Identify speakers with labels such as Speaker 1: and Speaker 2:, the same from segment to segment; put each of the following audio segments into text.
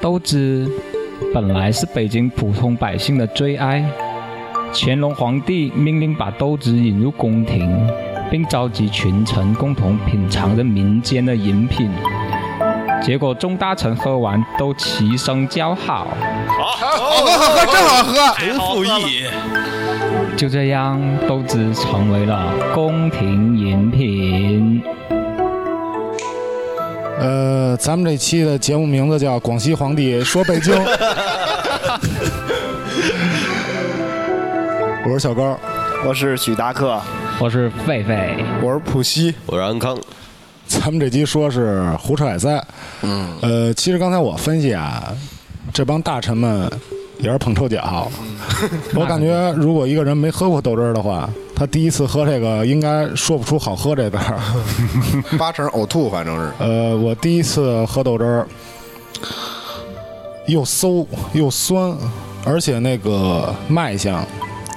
Speaker 1: 都知本来是北京普通百姓的最爱。乾隆皇帝命令把豆汁引入宫廷，并召集群臣共同品尝着民间的饮品。结果众大臣喝完都齐声叫好。
Speaker 2: 好喝好喝，真好喝！
Speaker 3: 陈复义，
Speaker 1: 就这样，豆汁成为了宫廷饮品。
Speaker 2: 呃，咱们这期的节目名字叫《广西皇帝说北京》， 我是小高。
Speaker 4: 我是许达克，
Speaker 1: 我是狒狒，
Speaker 2: 我是普西。
Speaker 3: 我是安康，
Speaker 2: 咱们这期说是胡扯海塞。嗯，呃，其实刚才我分析啊，这帮大臣们也是捧臭脚。我感觉，如果一个人没喝过豆汁儿的话，他第一次喝这个应该说不出好喝这字儿。
Speaker 5: 八成呕吐，反正是。
Speaker 2: 呃，我第一次喝豆汁儿，又馊又酸，而且那个卖相，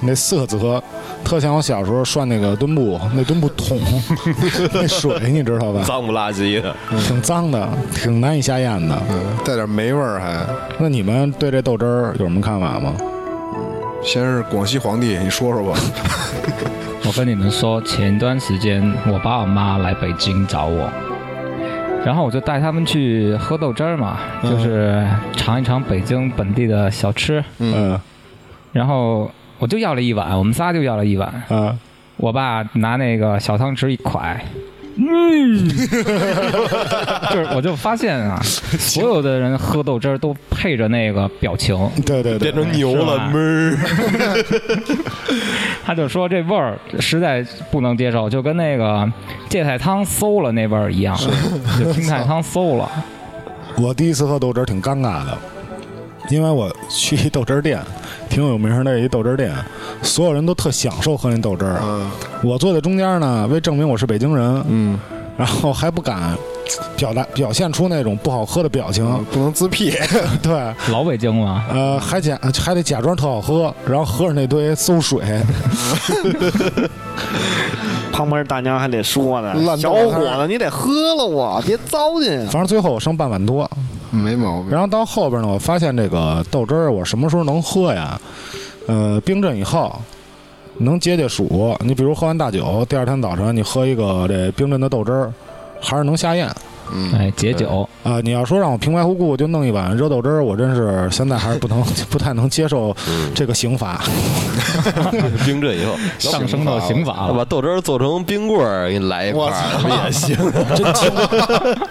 Speaker 2: 那色泽，特像我小时候涮那个墩布，那墩布桶 那水，你知道吧？
Speaker 3: 脏不拉几的，
Speaker 2: 挺脏的，挺难以下咽的。
Speaker 5: 嗯，带点霉味儿还。
Speaker 2: 那你们对这豆汁儿有什么看法吗？
Speaker 5: 先是广西皇帝，你说说吧。
Speaker 1: 我跟你们说，前段时间我爸我妈来北京找我，然后我就带他们去喝豆汁儿嘛，就是尝一尝北京本地的小吃。
Speaker 2: 嗯
Speaker 1: 然后我就要了一碗，我们仨就要了一碗。
Speaker 2: 啊，
Speaker 1: 我爸拿那个小汤匙一㧟，嗯， 就是我就发现啊，所有的人喝豆汁儿都配着那个表情，
Speaker 2: 对对对
Speaker 3: 变，成牛
Speaker 1: 是
Speaker 3: 了
Speaker 1: 吧
Speaker 3: 妹儿。
Speaker 1: 他就说这味儿实在不能接受，就跟那个芥菜汤馊了那味儿一样，就青菜汤馊了。
Speaker 2: 我第一次喝豆汁儿挺尴尬的，因为我去一豆汁儿店，挺有名儿的一豆汁儿店，所有人都特享受喝那豆汁儿。啊
Speaker 5: 嗯
Speaker 2: 我坐在中间呢，为证明我是北京人，
Speaker 5: 嗯，
Speaker 2: 然后还不敢表达表现出那种不好喝的表情。
Speaker 1: 啊
Speaker 5: 不能 自闭。
Speaker 2: 对，
Speaker 1: 老北京嘛，
Speaker 2: 呃，还假还得假装特好喝，然后喝着那堆馊水。
Speaker 4: 旁边大娘还得说呢
Speaker 5: 烂，
Speaker 4: 小
Speaker 5: 豆腐
Speaker 4: 伙子，你得喝了我，别糟践。
Speaker 2: 反正最后我剩半碗多，
Speaker 5: 没毛病。
Speaker 2: 然后到后边呢，我发现这个豆汁儿我什么时候能喝呀？呃，冰镇以后能解解暑。你比如喝完大酒，第二天早晨你喝一个这冰镇的豆汁儿，还是能下咽。
Speaker 5: 嗯，
Speaker 1: 哎，解酒，
Speaker 2: 啊、你要说让我平白无故就弄一碗热豆汁儿，我真是现在还是不能 不太能接受这个刑罚。
Speaker 3: 冰镇以后，
Speaker 1: 上升到刑法
Speaker 3: 要
Speaker 1: 了。
Speaker 3: 把豆汁儿做成冰棍儿，给你来一块
Speaker 5: 我
Speaker 3: 儿 不也行。
Speaker 2: 真轻，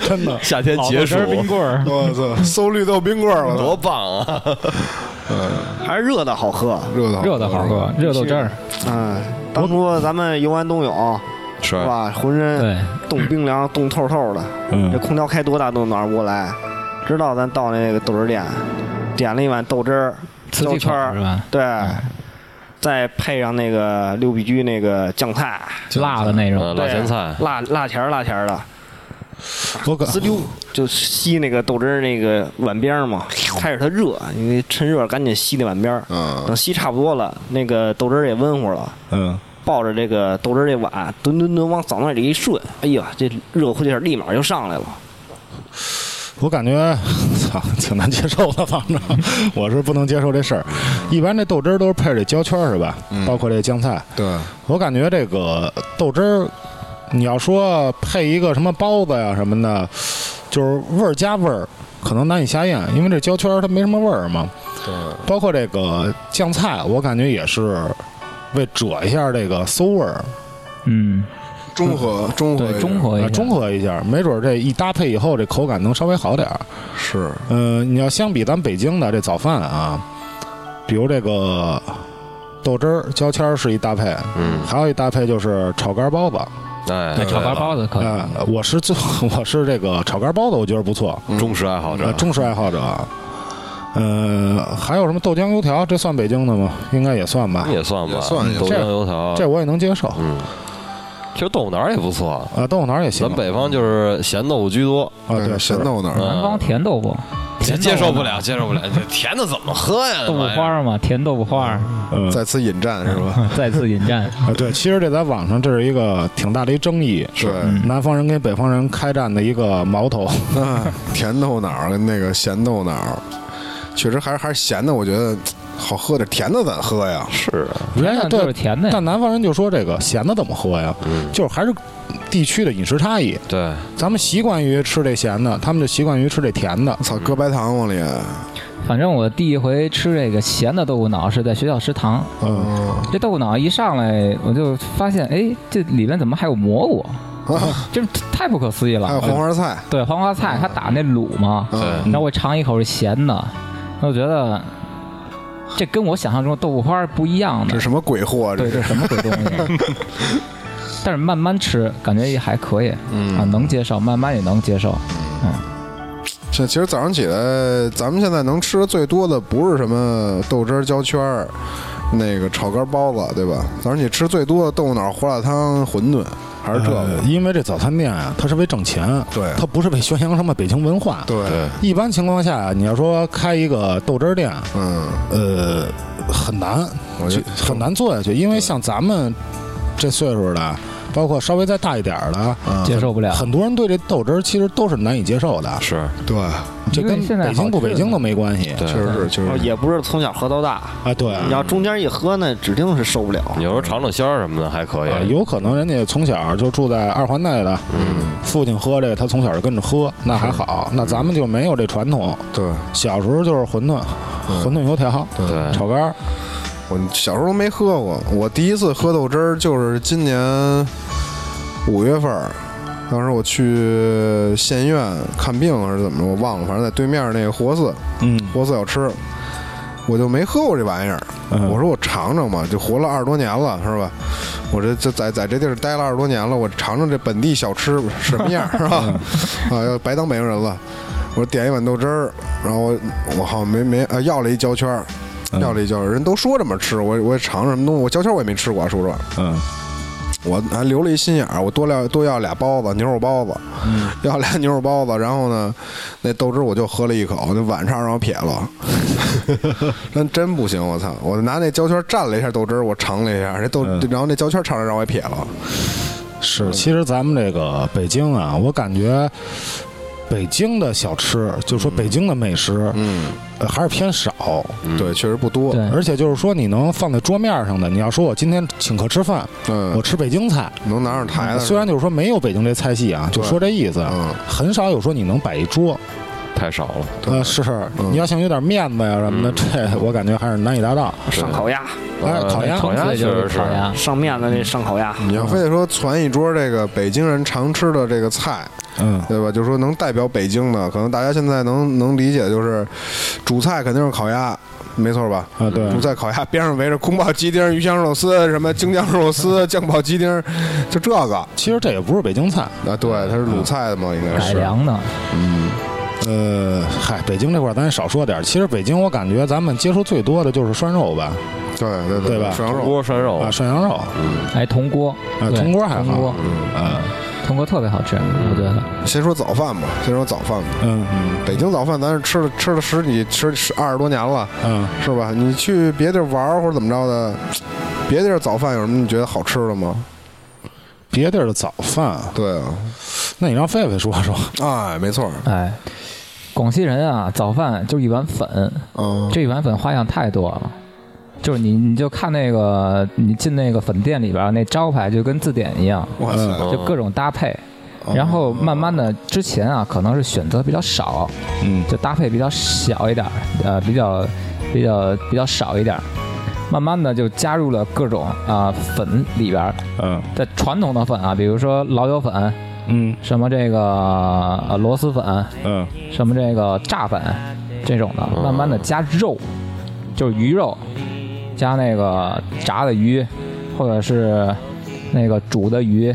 Speaker 2: 真的。
Speaker 3: 夏天
Speaker 1: 老
Speaker 3: 解
Speaker 1: 豆
Speaker 3: 暑
Speaker 1: 汁，儿冰棍儿，
Speaker 5: 我操，馊绿豆冰棍儿，我操，
Speaker 3: 多棒 啊！
Speaker 4: 还是热的好喝。
Speaker 5: 热的
Speaker 1: 热的好喝，热豆汁儿，
Speaker 4: 嗯，当初咱们游完冬泳
Speaker 3: 是
Speaker 4: 是吧，浑身
Speaker 1: 对，
Speaker 4: 冻冰凉、冻透透的，这
Speaker 2: 嗯，
Speaker 4: 空调开多大都暖不过来。直到咱到那个豆汁儿店，点了一碗豆汁儿，
Speaker 1: 刺激口儿是吧？
Speaker 4: 对，再配上那个六必居那个酱菜，
Speaker 1: 辣的那种，
Speaker 3: 嗯，老
Speaker 4: 对
Speaker 3: 咸菜，
Speaker 4: 辣辣条儿辣条儿的，
Speaker 2: 我感
Speaker 4: 滋溜就吸那个豆汁儿那个碗边儿嘛。开始它热，你趁热赶紧吸那碗边儿，等
Speaker 5: 嗯，
Speaker 4: 吸差不多了，那个豆汁儿也温乎了。
Speaker 2: 嗯，
Speaker 4: 抱着这个豆汁儿这碗，吨吨吨往嗓子里一顺，哎呀，这热乎劲儿立马就上来了。
Speaker 2: 我感觉， 操，挺难接受的，反 正我是不能接受这事儿。一般这豆汁儿都是配着这焦圈儿是吧？
Speaker 5: 嗯
Speaker 2: 包括这酱菜。
Speaker 5: 对，
Speaker 2: 我感觉这个豆汁儿，你要说配一个什么包子呀什么的，就是味儿加味儿，可能难以下咽，因为这焦圈儿它没什么味儿嘛。
Speaker 5: 对，
Speaker 2: 包括这个酱菜，我感觉也是为遮一下这个馊味儿，
Speaker 1: 嗯，
Speaker 5: 中和中和
Speaker 1: 对，中和一
Speaker 2: 啊
Speaker 1: 下，
Speaker 2: 中和一下，没准儿这一搭配以后，这口感能稍微好点儿。
Speaker 5: 是
Speaker 1: 啊
Speaker 2: 嗯、你要相比咱北京的这早饭啊，比如这个豆汁儿、焦签儿是一搭配，
Speaker 3: 嗯，
Speaker 2: 还有一搭配就是炒肝包子。
Speaker 3: 哎，
Speaker 1: 对，炒肝包
Speaker 3: 子，
Speaker 1: 子可以。
Speaker 2: 啊、我是最 我是这个炒肝包子，我觉得不错，
Speaker 3: 嗯中式爱好
Speaker 2: 呃，
Speaker 3: 者，
Speaker 2: 中式爱好者。呃，还有什么豆浆油条？这算北京的吗？应该也算吧。
Speaker 3: 也算吧，
Speaker 5: 也算
Speaker 3: 豆
Speaker 2: 这
Speaker 3: 浆油条。
Speaker 2: 这我也能接受。
Speaker 3: 嗯，其实豆腐脑儿也不错，
Speaker 2: 啊，豆腐脑儿也行
Speaker 3: 咱。北方就是咸豆腐居多，
Speaker 2: 啊，对，
Speaker 1: 嗯
Speaker 2: 是。
Speaker 5: 咸豆哪儿？
Speaker 1: 南方甜豆腐，甜
Speaker 3: 接嗯接受不
Speaker 1: 豆
Speaker 3: 了，接受不了，这甜的怎么喝呀？
Speaker 1: 豆腐花儿嘛，甜豆腐花儿，
Speaker 2: 嗯
Speaker 5: 再次引战是吧？
Speaker 1: 再次引战。
Speaker 2: 啊，对，其实这在网上这是一个挺大的一争议，
Speaker 5: 是
Speaker 1: 嗯
Speaker 2: 南方人跟北方人开战的一个矛头。
Speaker 5: 啊，甜豆脑儿跟那个咸豆脑儿，确实还是还是咸的，我觉得好喝点，甜的咱喝呀。
Speaker 3: 是啊，
Speaker 2: 人家
Speaker 1: 就是
Speaker 2: 对，
Speaker 1: 甜的呀，
Speaker 2: 但南方人就说这个咸的怎么喝呀？
Speaker 5: 嗯
Speaker 2: 就是还是地区的饮食差异，
Speaker 3: 对，
Speaker 2: 咱们习惯于吃这咸的，他们就习惯于吃这甜的。
Speaker 5: 操，搁白糖往里，
Speaker 1: 反正我第一回吃这个咸的豆腐脑是在学校食堂，
Speaker 2: 嗯，
Speaker 1: 这豆腐脑一上来我就发现，哎，这里边怎么还有蘑菇？
Speaker 2: 啊
Speaker 1: 这太不可思议了。
Speaker 5: 还有黄花菜，
Speaker 1: 对黄花菜，它打那卤嘛，
Speaker 5: 嗯
Speaker 1: 然后我尝一口是咸的，我觉得这跟我想象中的豆腐花儿不一样
Speaker 5: 这
Speaker 1: 的
Speaker 5: 是，什么鬼货？啊
Speaker 1: 对，
Speaker 5: 这
Speaker 1: 这
Speaker 5: 是
Speaker 1: 什么鬼东西？ 但是慢慢吃，感觉也还可以啊，
Speaker 5: 嗯，
Speaker 1: 能接受，慢慢也能接受。
Speaker 2: 啊
Speaker 5: 这其实早上起来，咱们现在能吃的最多的不是什么豆汁儿、焦圈儿，那个炒肝、包子，对吧？早上起吃最多的豆腐脑、胡辣汤、馄饨，还是这
Speaker 2: 呃
Speaker 5: 个。
Speaker 2: 因为这早餐店啊，它是为挣钱，
Speaker 5: 对
Speaker 2: 它不是为宣扬什么北京文化。
Speaker 5: 对，
Speaker 2: 一般情况下，你要说开一个豆汁儿店，
Speaker 5: 嗯，
Speaker 2: 呃，很难，
Speaker 5: 我觉
Speaker 2: 就
Speaker 5: 得
Speaker 2: 很难做下去，因为像咱们这岁数的，包括稍微再大一点儿的，
Speaker 5: 嗯
Speaker 1: 接受不了
Speaker 2: 很多人对这豆汁儿其实都是难以接受的，
Speaker 3: 是
Speaker 5: 对，
Speaker 2: 这
Speaker 1: 因为
Speaker 2: 跟
Speaker 1: 现在
Speaker 2: 北京
Speaker 1: 好
Speaker 2: 不
Speaker 1: 吃
Speaker 2: 北京
Speaker 1: 的
Speaker 2: 都没关系。
Speaker 3: 对
Speaker 5: 确实是，确
Speaker 4: 然后哦
Speaker 5: 实是。
Speaker 4: 也不是从小喝到大，
Speaker 2: 啊，对，
Speaker 4: 你要中间一喝呢，指定是受不了。
Speaker 3: 有时候尝尝鲜儿什么的还可
Speaker 2: 啊
Speaker 3: 以，
Speaker 2: 有可能人家从小就住在二环内的，
Speaker 3: 嗯，
Speaker 2: 父亲喝这个，他从小就跟着喝，那还好。那咱们就没有这传统，
Speaker 5: 对，
Speaker 2: 小时候就是馄饨、馄饨油条、
Speaker 3: 对，
Speaker 2: 炒肝儿，
Speaker 5: 我小时候没喝过，我第一次喝豆汁儿就是今年五月份儿，当时我去县医院看病还是怎么着，我忘了，反正在对面那个活寺
Speaker 2: 嗯，
Speaker 5: 活寺小吃，我就没喝过这玩意儿。
Speaker 2: 嗯
Speaker 5: 我说我尝尝吧，就活了二十多年了，是吧？我这这在在这地儿待了二十多年了，我尝尝这本地小吃什么样儿，是吧？ 啊，要白当北京人了。我说点一碗豆汁儿，然后我我好像没没啊，要了一焦圈儿，要了一焦圈儿，人都说这么吃，我我也尝尝什么东西，我焦圈儿我也没吃过啊，说实话，
Speaker 2: 嗯，
Speaker 5: 我还留了一心眼儿，我多要多要俩包子，牛肉包子，
Speaker 2: 嗯
Speaker 5: 要俩牛肉包子，然后呢，那豆汁儿我就喝了一口，那晚上让我撇了， 真真不行，我操！我拿那胶圈蘸了一下豆汁儿，我尝了一下，这豆，
Speaker 2: 嗯
Speaker 5: 然后那胶圈尝着让我撇了，
Speaker 2: 是。其实咱们这个北京啊，我感觉北京的小吃，就说北京的美食，
Speaker 5: 嗯，
Speaker 2: 呃还是嗯偏少。
Speaker 5: 对，确实不多，
Speaker 1: 对，
Speaker 2: 而且就是说，你能放在桌面上的，你要说我今天请客吃饭，我
Speaker 5: 嗯，
Speaker 2: 吃北京菜，
Speaker 5: 能拿上台的，
Speaker 2: 虽然就是说没有北京这菜系啊，就
Speaker 5: 对
Speaker 2: 说这意思，
Speaker 5: 嗯，
Speaker 2: 很少有说你能摆一桌。
Speaker 3: 太少了，
Speaker 2: 呃，是你要想有点面子呀什么的，这 我感觉还是难以达到。
Speaker 4: 上烤鸭，
Speaker 2: 哎
Speaker 3: 呃
Speaker 2: 烤鸭
Speaker 3: 烤鸭
Speaker 1: 所
Speaker 3: 确
Speaker 1: 以就
Speaker 3: 实
Speaker 1: 是
Speaker 3: 是
Speaker 1: 烤鸭，
Speaker 4: 上面子那上烤鸭，
Speaker 5: 你要非得说传一桌这个北京人常吃的这个菜，
Speaker 2: 嗯，
Speaker 5: 对吧？就是说能代表北京的，可能大家现在能能理解，就是主菜肯定是烤鸭，没错吧？
Speaker 2: 啊对，
Speaker 5: 主菜烤鸭边上围着宫保鸡丁、鱼香肉丝、什么京酱肉 丝、酱爆鸡丁，就这个啊，
Speaker 2: 其实这也不是北京菜，
Speaker 5: 对，它是鲁菜的嘛，应该
Speaker 1: 改
Speaker 5: 是。
Speaker 1: 良的，
Speaker 2: 呃，嗨，北京这块儿咱也少说点儿。其实北京我感觉咱们接触最多的就是涮肉吧，
Speaker 5: 对对
Speaker 2: 对吧
Speaker 5: 涮羊
Speaker 3: 火
Speaker 5: 肉，
Speaker 3: 锅涮肉
Speaker 2: 啊，，涮羊肉，
Speaker 1: 哎，铜锅，
Speaker 2: 啊，
Speaker 1: 对
Speaker 2: 铜锅还
Speaker 1: 铜
Speaker 2: 好
Speaker 1: 锅，，
Speaker 2: 嗯
Speaker 1: 铜锅特别好吃，我觉得。
Speaker 5: 先说早饭吧，先说早饭吧。
Speaker 2: 嗯
Speaker 5: 北京早饭咱是吃了吃了十几吃十二十多年了，
Speaker 2: 嗯，
Speaker 5: 是吧？你去别地儿玩儿或者怎么着的，别地儿早饭有什么你觉得好吃的吗？
Speaker 2: 别地儿的早饭，
Speaker 5: 对啊，
Speaker 2: 那你让狒狒说说，
Speaker 5: 哎，没错儿，
Speaker 1: 哎，广西人啊，早饭就一碗粉，
Speaker 5: 嗯，
Speaker 1: 这一碗粉花样太多了。就是你，你就看那个，你进那个粉店里边儿，那招牌就跟字典一样，
Speaker 5: 哇
Speaker 3: 嗯
Speaker 5: 塞，
Speaker 1: 就各种搭配。
Speaker 5: 嗯
Speaker 1: 然后慢慢的，之前啊，可能是选择比较少，
Speaker 2: 嗯，
Speaker 1: 就搭配比较小一点儿，呃，比较比较比较少一点儿。慢慢的就加入了各种啊、粉里边儿，
Speaker 2: 嗯
Speaker 1: 在传统的粉啊，比如说老友粉，
Speaker 2: 嗯
Speaker 1: 什么这个呃螺蛳粉，
Speaker 2: 嗯
Speaker 1: 什么这个炸粉这种
Speaker 5: 嗯
Speaker 1: 的，慢慢的加肉，就是鱼肉，加那个炸的鱼，或者是那个煮的鱼，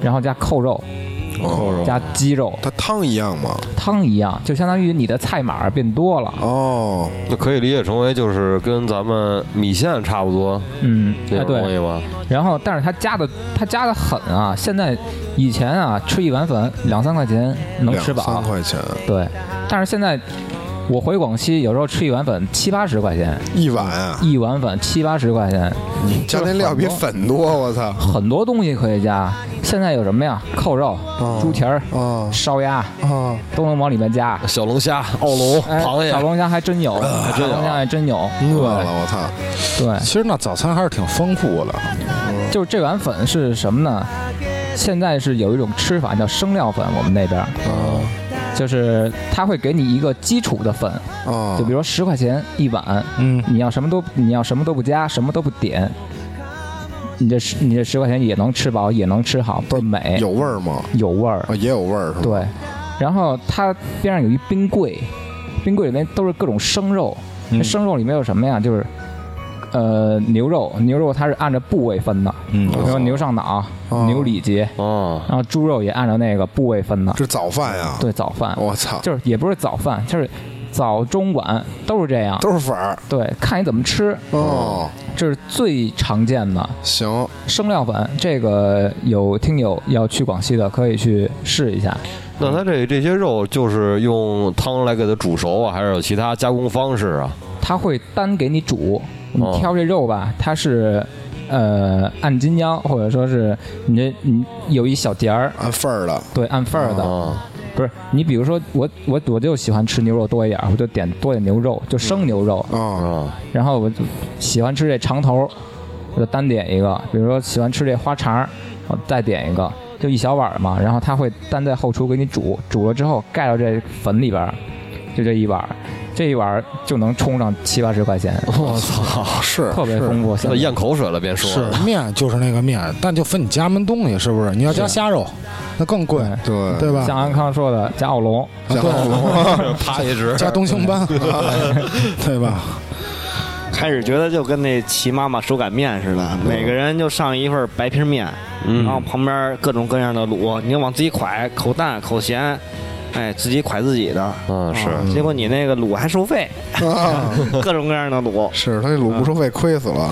Speaker 1: 然后加扣肉，
Speaker 5: 嗯
Speaker 1: 肉
Speaker 5: 哦
Speaker 1: 加鸡肉，
Speaker 5: 它汤一样吗？
Speaker 1: 汤一样，就相当于你的菜码儿变多了。
Speaker 5: 哦，
Speaker 3: 那可以理解成为就是跟咱们米线差不多
Speaker 1: 嗯，
Speaker 3: 那
Speaker 1: 哎
Speaker 3: 种东西
Speaker 1: 对，
Speaker 3: 吗？
Speaker 1: 然后但是他加的他加的狠啊！现在以前啊，吃一碗粉两三块钱能
Speaker 5: 两
Speaker 1: 吃饱
Speaker 5: 三，块钱
Speaker 1: 对，但是现在。我回广西，有时候吃一碗粉七八十块钱，
Speaker 5: 一碗啊，
Speaker 1: 一碗粉七八十块钱，
Speaker 5: 加那料比
Speaker 1: 嗯就是
Speaker 5: 粉多，我操！
Speaker 1: 很多东西可以加。现在有什么呀？扣肉、猪蹄儿、
Speaker 5: 啊
Speaker 1: 烧鸭
Speaker 5: 啊，
Speaker 1: 都能往里面加。
Speaker 3: 小龙虾、澳龙、
Speaker 1: 哎
Speaker 3: 螃
Speaker 1: 小
Speaker 3: 蟹，
Speaker 1: 龙虾还真有，小龙虾还真有。
Speaker 5: 饿了，我操！
Speaker 1: 对，
Speaker 2: 其实那早餐还是挺丰富的，
Speaker 1: 就是这碗粉是什么呢？现在是有一种吃法叫生料粉，我们那边儿，就是它会给你一个基础的粉，
Speaker 5: 啊，
Speaker 1: 就比如说十块钱一碗，
Speaker 2: 嗯，
Speaker 1: 你要什么都你要什么都不加，什么都不点，你这十你这十块钱也能吃饱，也能吃好，倍儿美，
Speaker 5: 有味儿吗？
Speaker 1: 有味儿
Speaker 5: 啊，，也有味儿是吧？
Speaker 1: 对。然后它边上有一冰柜，冰柜里面都是各种生肉，那
Speaker 5: 嗯
Speaker 2: 嗯
Speaker 1: 生肉里面有什么呀？就是呃牛肉，牛肉它是按照部位分的，
Speaker 2: 嗯
Speaker 1: 比如说牛上脑、
Speaker 5: 哦
Speaker 1: 牛里脊，
Speaker 3: 哦，
Speaker 1: 然后猪肉也按照那个部位分的。
Speaker 5: 啊这早饭呀，
Speaker 1: 对，早饭
Speaker 5: 我操，
Speaker 1: 就是也不是早饭，就是早中晚都是这样。
Speaker 5: 都是粉儿
Speaker 1: 对，看你怎么吃，
Speaker 5: 哦。
Speaker 1: 这是最常见的
Speaker 5: 行，
Speaker 1: 生料粉。这个有听友要去广西的，可以去试一下。
Speaker 3: 那它这这些肉就是用汤来给它煮熟啊，还是有其他加工方式啊？
Speaker 1: 他会单给你煮，你
Speaker 3: 哦
Speaker 1: 挑这肉吧，它是呃按斤腰，或者说是你这你有一小碟儿，
Speaker 5: 按份儿的，
Speaker 1: 对，按份儿的。
Speaker 3: 啊，
Speaker 1: 不是你，比如说我我我就喜欢吃牛肉多一点儿，我就点多点牛肉，就生牛肉。
Speaker 5: 啊
Speaker 3: 啊，
Speaker 1: 然后我就喜欢吃这肠头儿，我就单点一个。比如说喜欢吃这花肠儿，我再点一个，就一小碗儿嘛。然后他会单在后厨给你煮，煮了之后盖到这粉里边儿，就这一碗儿，这一碗儿就能充上七八十块钱，
Speaker 3: 我操，
Speaker 5: 是
Speaker 1: 特别
Speaker 5: 是
Speaker 1: 丰富。现
Speaker 3: 那
Speaker 1: 在
Speaker 3: 咽口水了，别说
Speaker 2: 是
Speaker 3: 了。
Speaker 2: 面就是那个面，但就分你加什么东西，是不是？你要加虾肉，那更贵，
Speaker 5: 对
Speaker 2: 对吧？啊
Speaker 1: 像安康说的，加奥龙，
Speaker 5: 加红龙
Speaker 3: 啪一直
Speaker 2: 加东星斑，对吧？
Speaker 4: 开始觉得就跟那齐妈妈手擀面似的，每个人就上一份白皮面，
Speaker 3: 嗯
Speaker 4: 然后旁边各种各样的卤，你就往自己蒯，口淡口咸，哎，自己蒯自己的。
Speaker 3: 嗯是
Speaker 4: 啊结果你那个卤还收费，
Speaker 5: 啊，
Speaker 4: 各种各样的卤
Speaker 5: 是他这卤不收费，亏死了。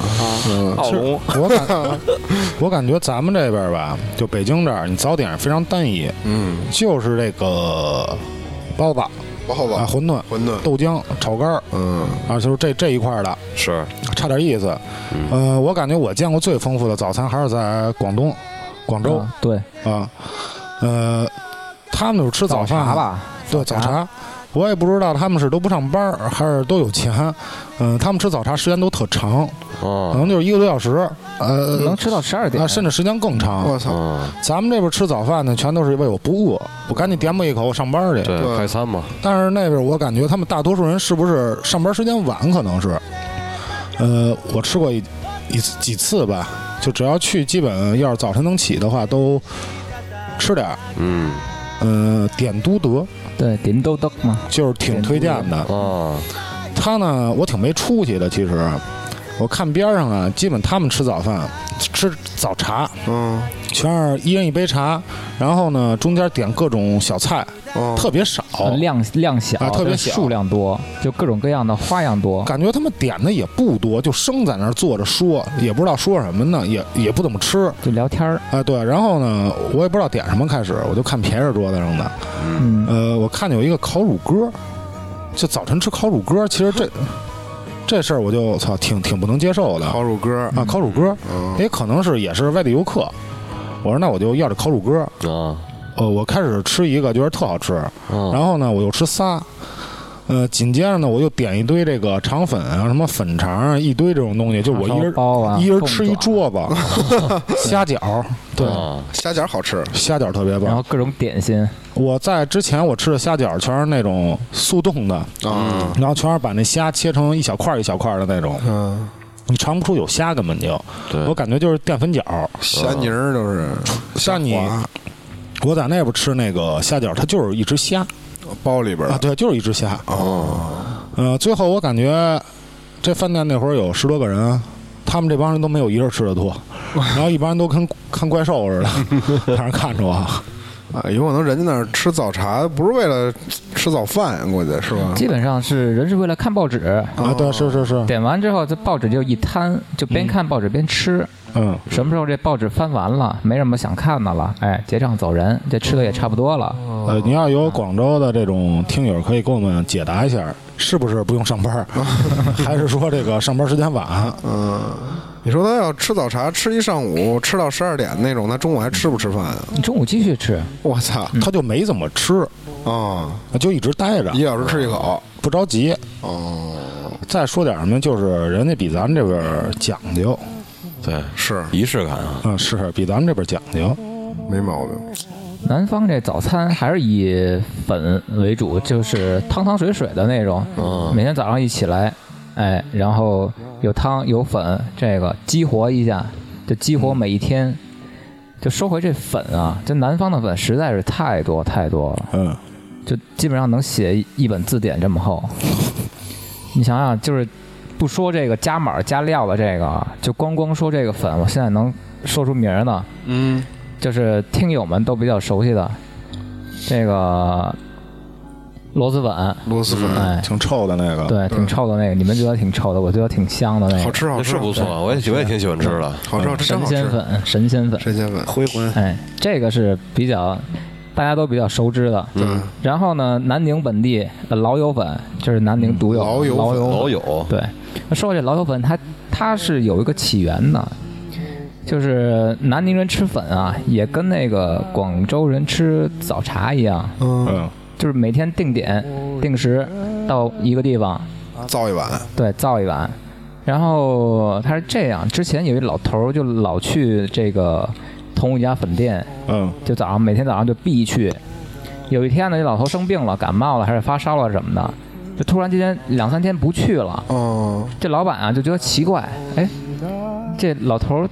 Speaker 5: 嗯
Speaker 4: 啊，奥龙
Speaker 2: 我感我感觉咱们这边吧，就北京这儿，你早点非常单一，
Speaker 5: 嗯，
Speaker 2: 就是这个包子、
Speaker 5: 包
Speaker 2: 啊、
Speaker 5: 子、
Speaker 2: 馄饨、
Speaker 5: 馄饨，
Speaker 2: 豆浆、炒肝儿
Speaker 5: 嗯，
Speaker 2: 啊，就是这这一块儿的，
Speaker 3: 是，
Speaker 2: 差点意思。呃，我感觉我见过最丰富的早餐还是在广东，广州
Speaker 1: 啊对，
Speaker 2: 啊，呃，他们就是吃早饭
Speaker 1: 茶，吧，
Speaker 2: 对早茶。我也不知道他们是都不上班儿，还是都有钱。嗯、他们吃早茶时间都特长，可
Speaker 3: 嗯
Speaker 2: 能就是一个多小时，呃，
Speaker 1: 能吃到十二点
Speaker 2: 啊，，甚至时间更长。
Speaker 5: 我操，
Speaker 3: 嗯，
Speaker 2: 咱们这边吃早饭呢，全都是为我不饿，我赶紧点吧一口，我上班去。
Speaker 3: 对，
Speaker 5: 对
Speaker 3: 快餐嘛，
Speaker 2: 但是那边我感觉他们大多数人是不是上班时间晚？可能是，呃，我吃过一一次几次吧，就只要去，基本要是早晨能起的话，都吃点儿。
Speaker 3: 嗯
Speaker 2: 呃，点都德
Speaker 1: 对，点都得嘛，
Speaker 2: 就是挺推荐的。
Speaker 3: 啊，
Speaker 2: 他呢，我挺没出息的，其实。我看边上啊，基本他们吃早饭，吃早茶，
Speaker 5: 嗯，
Speaker 2: 全是一人一杯茶，然后呢，中间点各种小菜，
Speaker 5: 哦
Speaker 2: 特别少，
Speaker 1: 呃量量小
Speaker 2: 啊，特别
Speaker 1: 但
Speaker 2: 小
Speaker 1: 数量多，就各种各样的花样多。
Speaker 2: 感觉他们点的也不多，就生在那儿坐着说，也不知道说什么呢，也也不怎么吃。
Speaker 1: 就聊天儿，
Speaker 2: 哎，对，然后呢，我也不知道点什么，开始我就看别人桌子上的，
Speaker 1: 嗯，
Speaker 2: 呃，我看见有一个烤乳鸽，就早晨吃烤乳鸽，其实这这事儿我就操，挺挺不能接受的
Speaker 5: 烤乳鸽，
Speaker 2: 啊，烤乳鸽，
Speaker 5: 嗯，
Speaker 2: 也可能是也是外地游客。我说那我就要这烤乳鸽，
Speaker 3: 啊
Speaker 2: 呃，我开始吃一个，觉得特好吃，
Speaker 3: 啊
Speaker 1: 嗯
Speaker 2: 然后呢，我又吃仨，呃，紧接着呢，我又点一堆这个肠粉啊，什么粉肠啊，一堆这种东西，就我一人、
Speaker 1: 包啊，
Speaker 2: 一人
Speaker 1: 凤
Speaker 2: 吃一
Speaker 1: 爪，
Speaker 2: 桌子， 虾饺，对，
Speaker 3: 啊
Speaker 5: 虾饺好吃，
Speaker 2: 虾饺特
Speaker 1: 嗯
Speaker 2: 别
Speaker 1: 然
Speaker 2: 棒
Speaker 1: 后。各种点心，
Speaker 2: 我在之前我吃的虾饺全是那种速冻的，
Speaker 5: 啊，
Speaker 2: 然后全是把那虾切成一小块儿一小块儿的那种，
Speaker 5: 嗯，
Speaker 2: 你尝不出有虾根本就，
Speaker 3: 对
Speaker 2: 我感觉就是淀粉饺。
Speaker 5: 虾泥儿就是
Speaker 2: 虾泥
Speaker 5: 滑
Speaker 2: 我在那边吃那个虾饺，它就是一只虾
Speaker 5: 包里边
Speaker 2: 啊，
Speaker 5: 儿，
Speaker 2: 对，就是一只虾。
Speaker 5: 哦，
Speaker 2: 呃，最后我感觉这饭店那会儿有十多个人，他们这帮人都没有一人吃的多，然后一帮人都跟看怪兽似的，让人看着我。
Speaker 5: 啊，有可能人家那儿吃早茶不是为了吃早饭，估计是吧？
Speaker 1: 基本上是人是为了看报纸，
Speaker 2: 啊，对，是是是，
Speaker 1: 点完之后这报纸就一摊，就边看报纸边吃。
Speaker 2: 嗯，
Speaker 1: 什么时候这报纸翻完了，没什么想看的了，哎，结账走人，这吃的也差不多了。
Speaker 2: 呃，你要有广州的这种听友，可以给我们解答一下，是不是不用上班儿，还是说这个上班时间晚？
Speaker 5: 你说他要吃早茶吃一上午，吃到十二点那种，他中午还吃不吃饭啊？
Speaker 1: 你中午继续吃，
Speaker 5: 我操！
Speaker 2: 他就没怎么吃，
Speaker 5: 啊，
Speaker 2: 就一直待着
Speaker 5: 一，小时吃一口，
Speaker 2: 不着急。
Speaker 5: 哦，
Speaker 2: 再说点什么，就是人家比咱们这边儿讲究，
Speaker 3: 对，
Speaker 5: 是
Speaker 3: 仪式感啊，
Speaker 2: 嗯，是比咱们这边儿讲究。
Speaker 5: 没毛病。
Speaker 1: 南方这早餐还是以粉为主，就是汤汤水水的那种。每天早上一起来，哎，然后有汤有粉，这个激活一下，就激活每一天。就说回这粉啊，这南方的粉实在是太多太多了。
Speaker 2: 嗯，
Speaker 1: 啊就基本上能写一本字典这么厚。 你想想，就是不说这个加码加料的这个啊，就光光说这个粉，我现在能说出名儿呢。嗯，就是听友们都比较熟悉的这个螺蛳粉，
Speaker 5: 螺蛳粉
Speaker 1: 哎，
Speaker 2: 挺臭的那个，
Speaker 1: 对，挺臭的那个，你们觉得挺臭的，我觉得挺香的那
Speaker 5: 嗯好
Speaker 1: 个
Speaker 5: 吃好
Speaker 3: 那
Speaker 5: 吃，
Speaker 3: 是不错，我也喜我也挺喜欢吃的。
Speaker 5: 好吃好吃，真
Speaker 1: 神
Speaker 5: 好
Speaker 1: 仙
Speaker 5: 吃。
Speaker 1: 粉，神仙粉，
Speaker 5: 神仙粉，
Speaker 4: 回魂
Speaker 1: 哎，这个是比较大家都比较熟知的。
Speaker 5: 对，
Speaker 1: 然后呢，南宁本地的老友粉，就是南宁独有的
Speaker 5: 嗯老友粉
Speaker 1: 嗯
Speaker 3: 老友，
Speaker 1: 对，那说这老友粉，它它是有一个起源的，就是南宁人吃粉啊，也跟那个广州人吃早茶一样，
Speaker 5: 嗯，
Speaker 2: 嗯，
Speaker 1: 就是每天定点定时到一个地方，
Speaker 5: 造一碗，
Speaker 1: 对，造一碗。然后他是这样，之前有一老头儿就老去这个同五家粉店，
Speaker 2: 嗯，
Speaker 1: 就早上每天早上就必去。有一天呢，这老头生病了，感冒了还是发烧了什么的，就突然之间两三天不去了。
Speaker 5: 嗯，
Speaker 1: 这老板啊就觉得奇怪，哎，这老头儿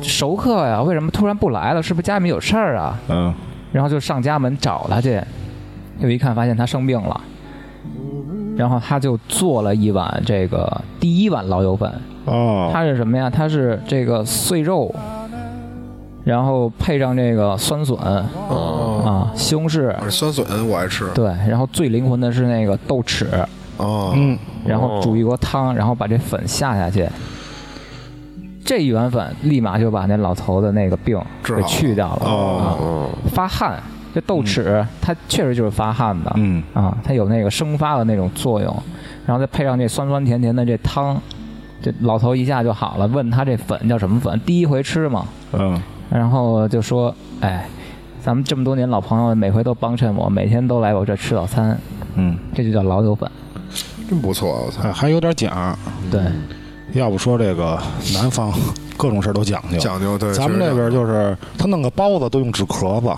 Speaker 1: 熟客呀，为什么突然不来了？是不是家里面有事儿啊？
Speaker 2: 嗯，
Speaker 1: 然后就上家门找他去，又一看发现他生病了，然后他就做了一碗这个第一碗老友粉，
Speaker 2: 哦，
Speaker 1: 它是什么呀？它是这个碎肉，然后配上这个酸笋
Speaker 5: 哦，
Speaker 1: 啊、西红柿，
Speaker 5: 酸笋我爱吃，
Speaker 1: 对，然后最灵魂的是那个豆豉，
Speaker 5: 哦，
Speaker 2: 嗯，
Speaker 1: 然后煮一锅汤，然后把这粉下下去。这一碗粉立马就把那老头的那个病
Speaker 5: 治好
Speaker 1: 给去掉了。
Speaker 3: 嗯，
Speaker 1: 啊，发汗，这豆豉它确实就是发汗的，
Speaker 2: 嗯
Speaker 1: 啊，它有那个生发的那种作用，然后再配上这酸酸甜甜的这汤，这老头一下就好了。问他这粉叫什么粉，第一回吃嘛，
Speaker 2: 嗯，
Speaker 1: 然后就说，哎，咱们这么多年老朋友，每回都帮衬我，每天都来我这吃早餐，
Speaker 2: 嗯，
Speaker 1: 这就叫老友粉。
Speaker 5: 真不错，我操，
Speaker 2: 还还有点讲，
Speaker 1: 对，
Speaker 2: 要不说这个南方各种事儿都讲究，
Speaker 5: 讲究对，
Speaker 2: 咱们
Speaker 5: 确实
Speaker 2: 这边就是他弄个包子都用纸壳子，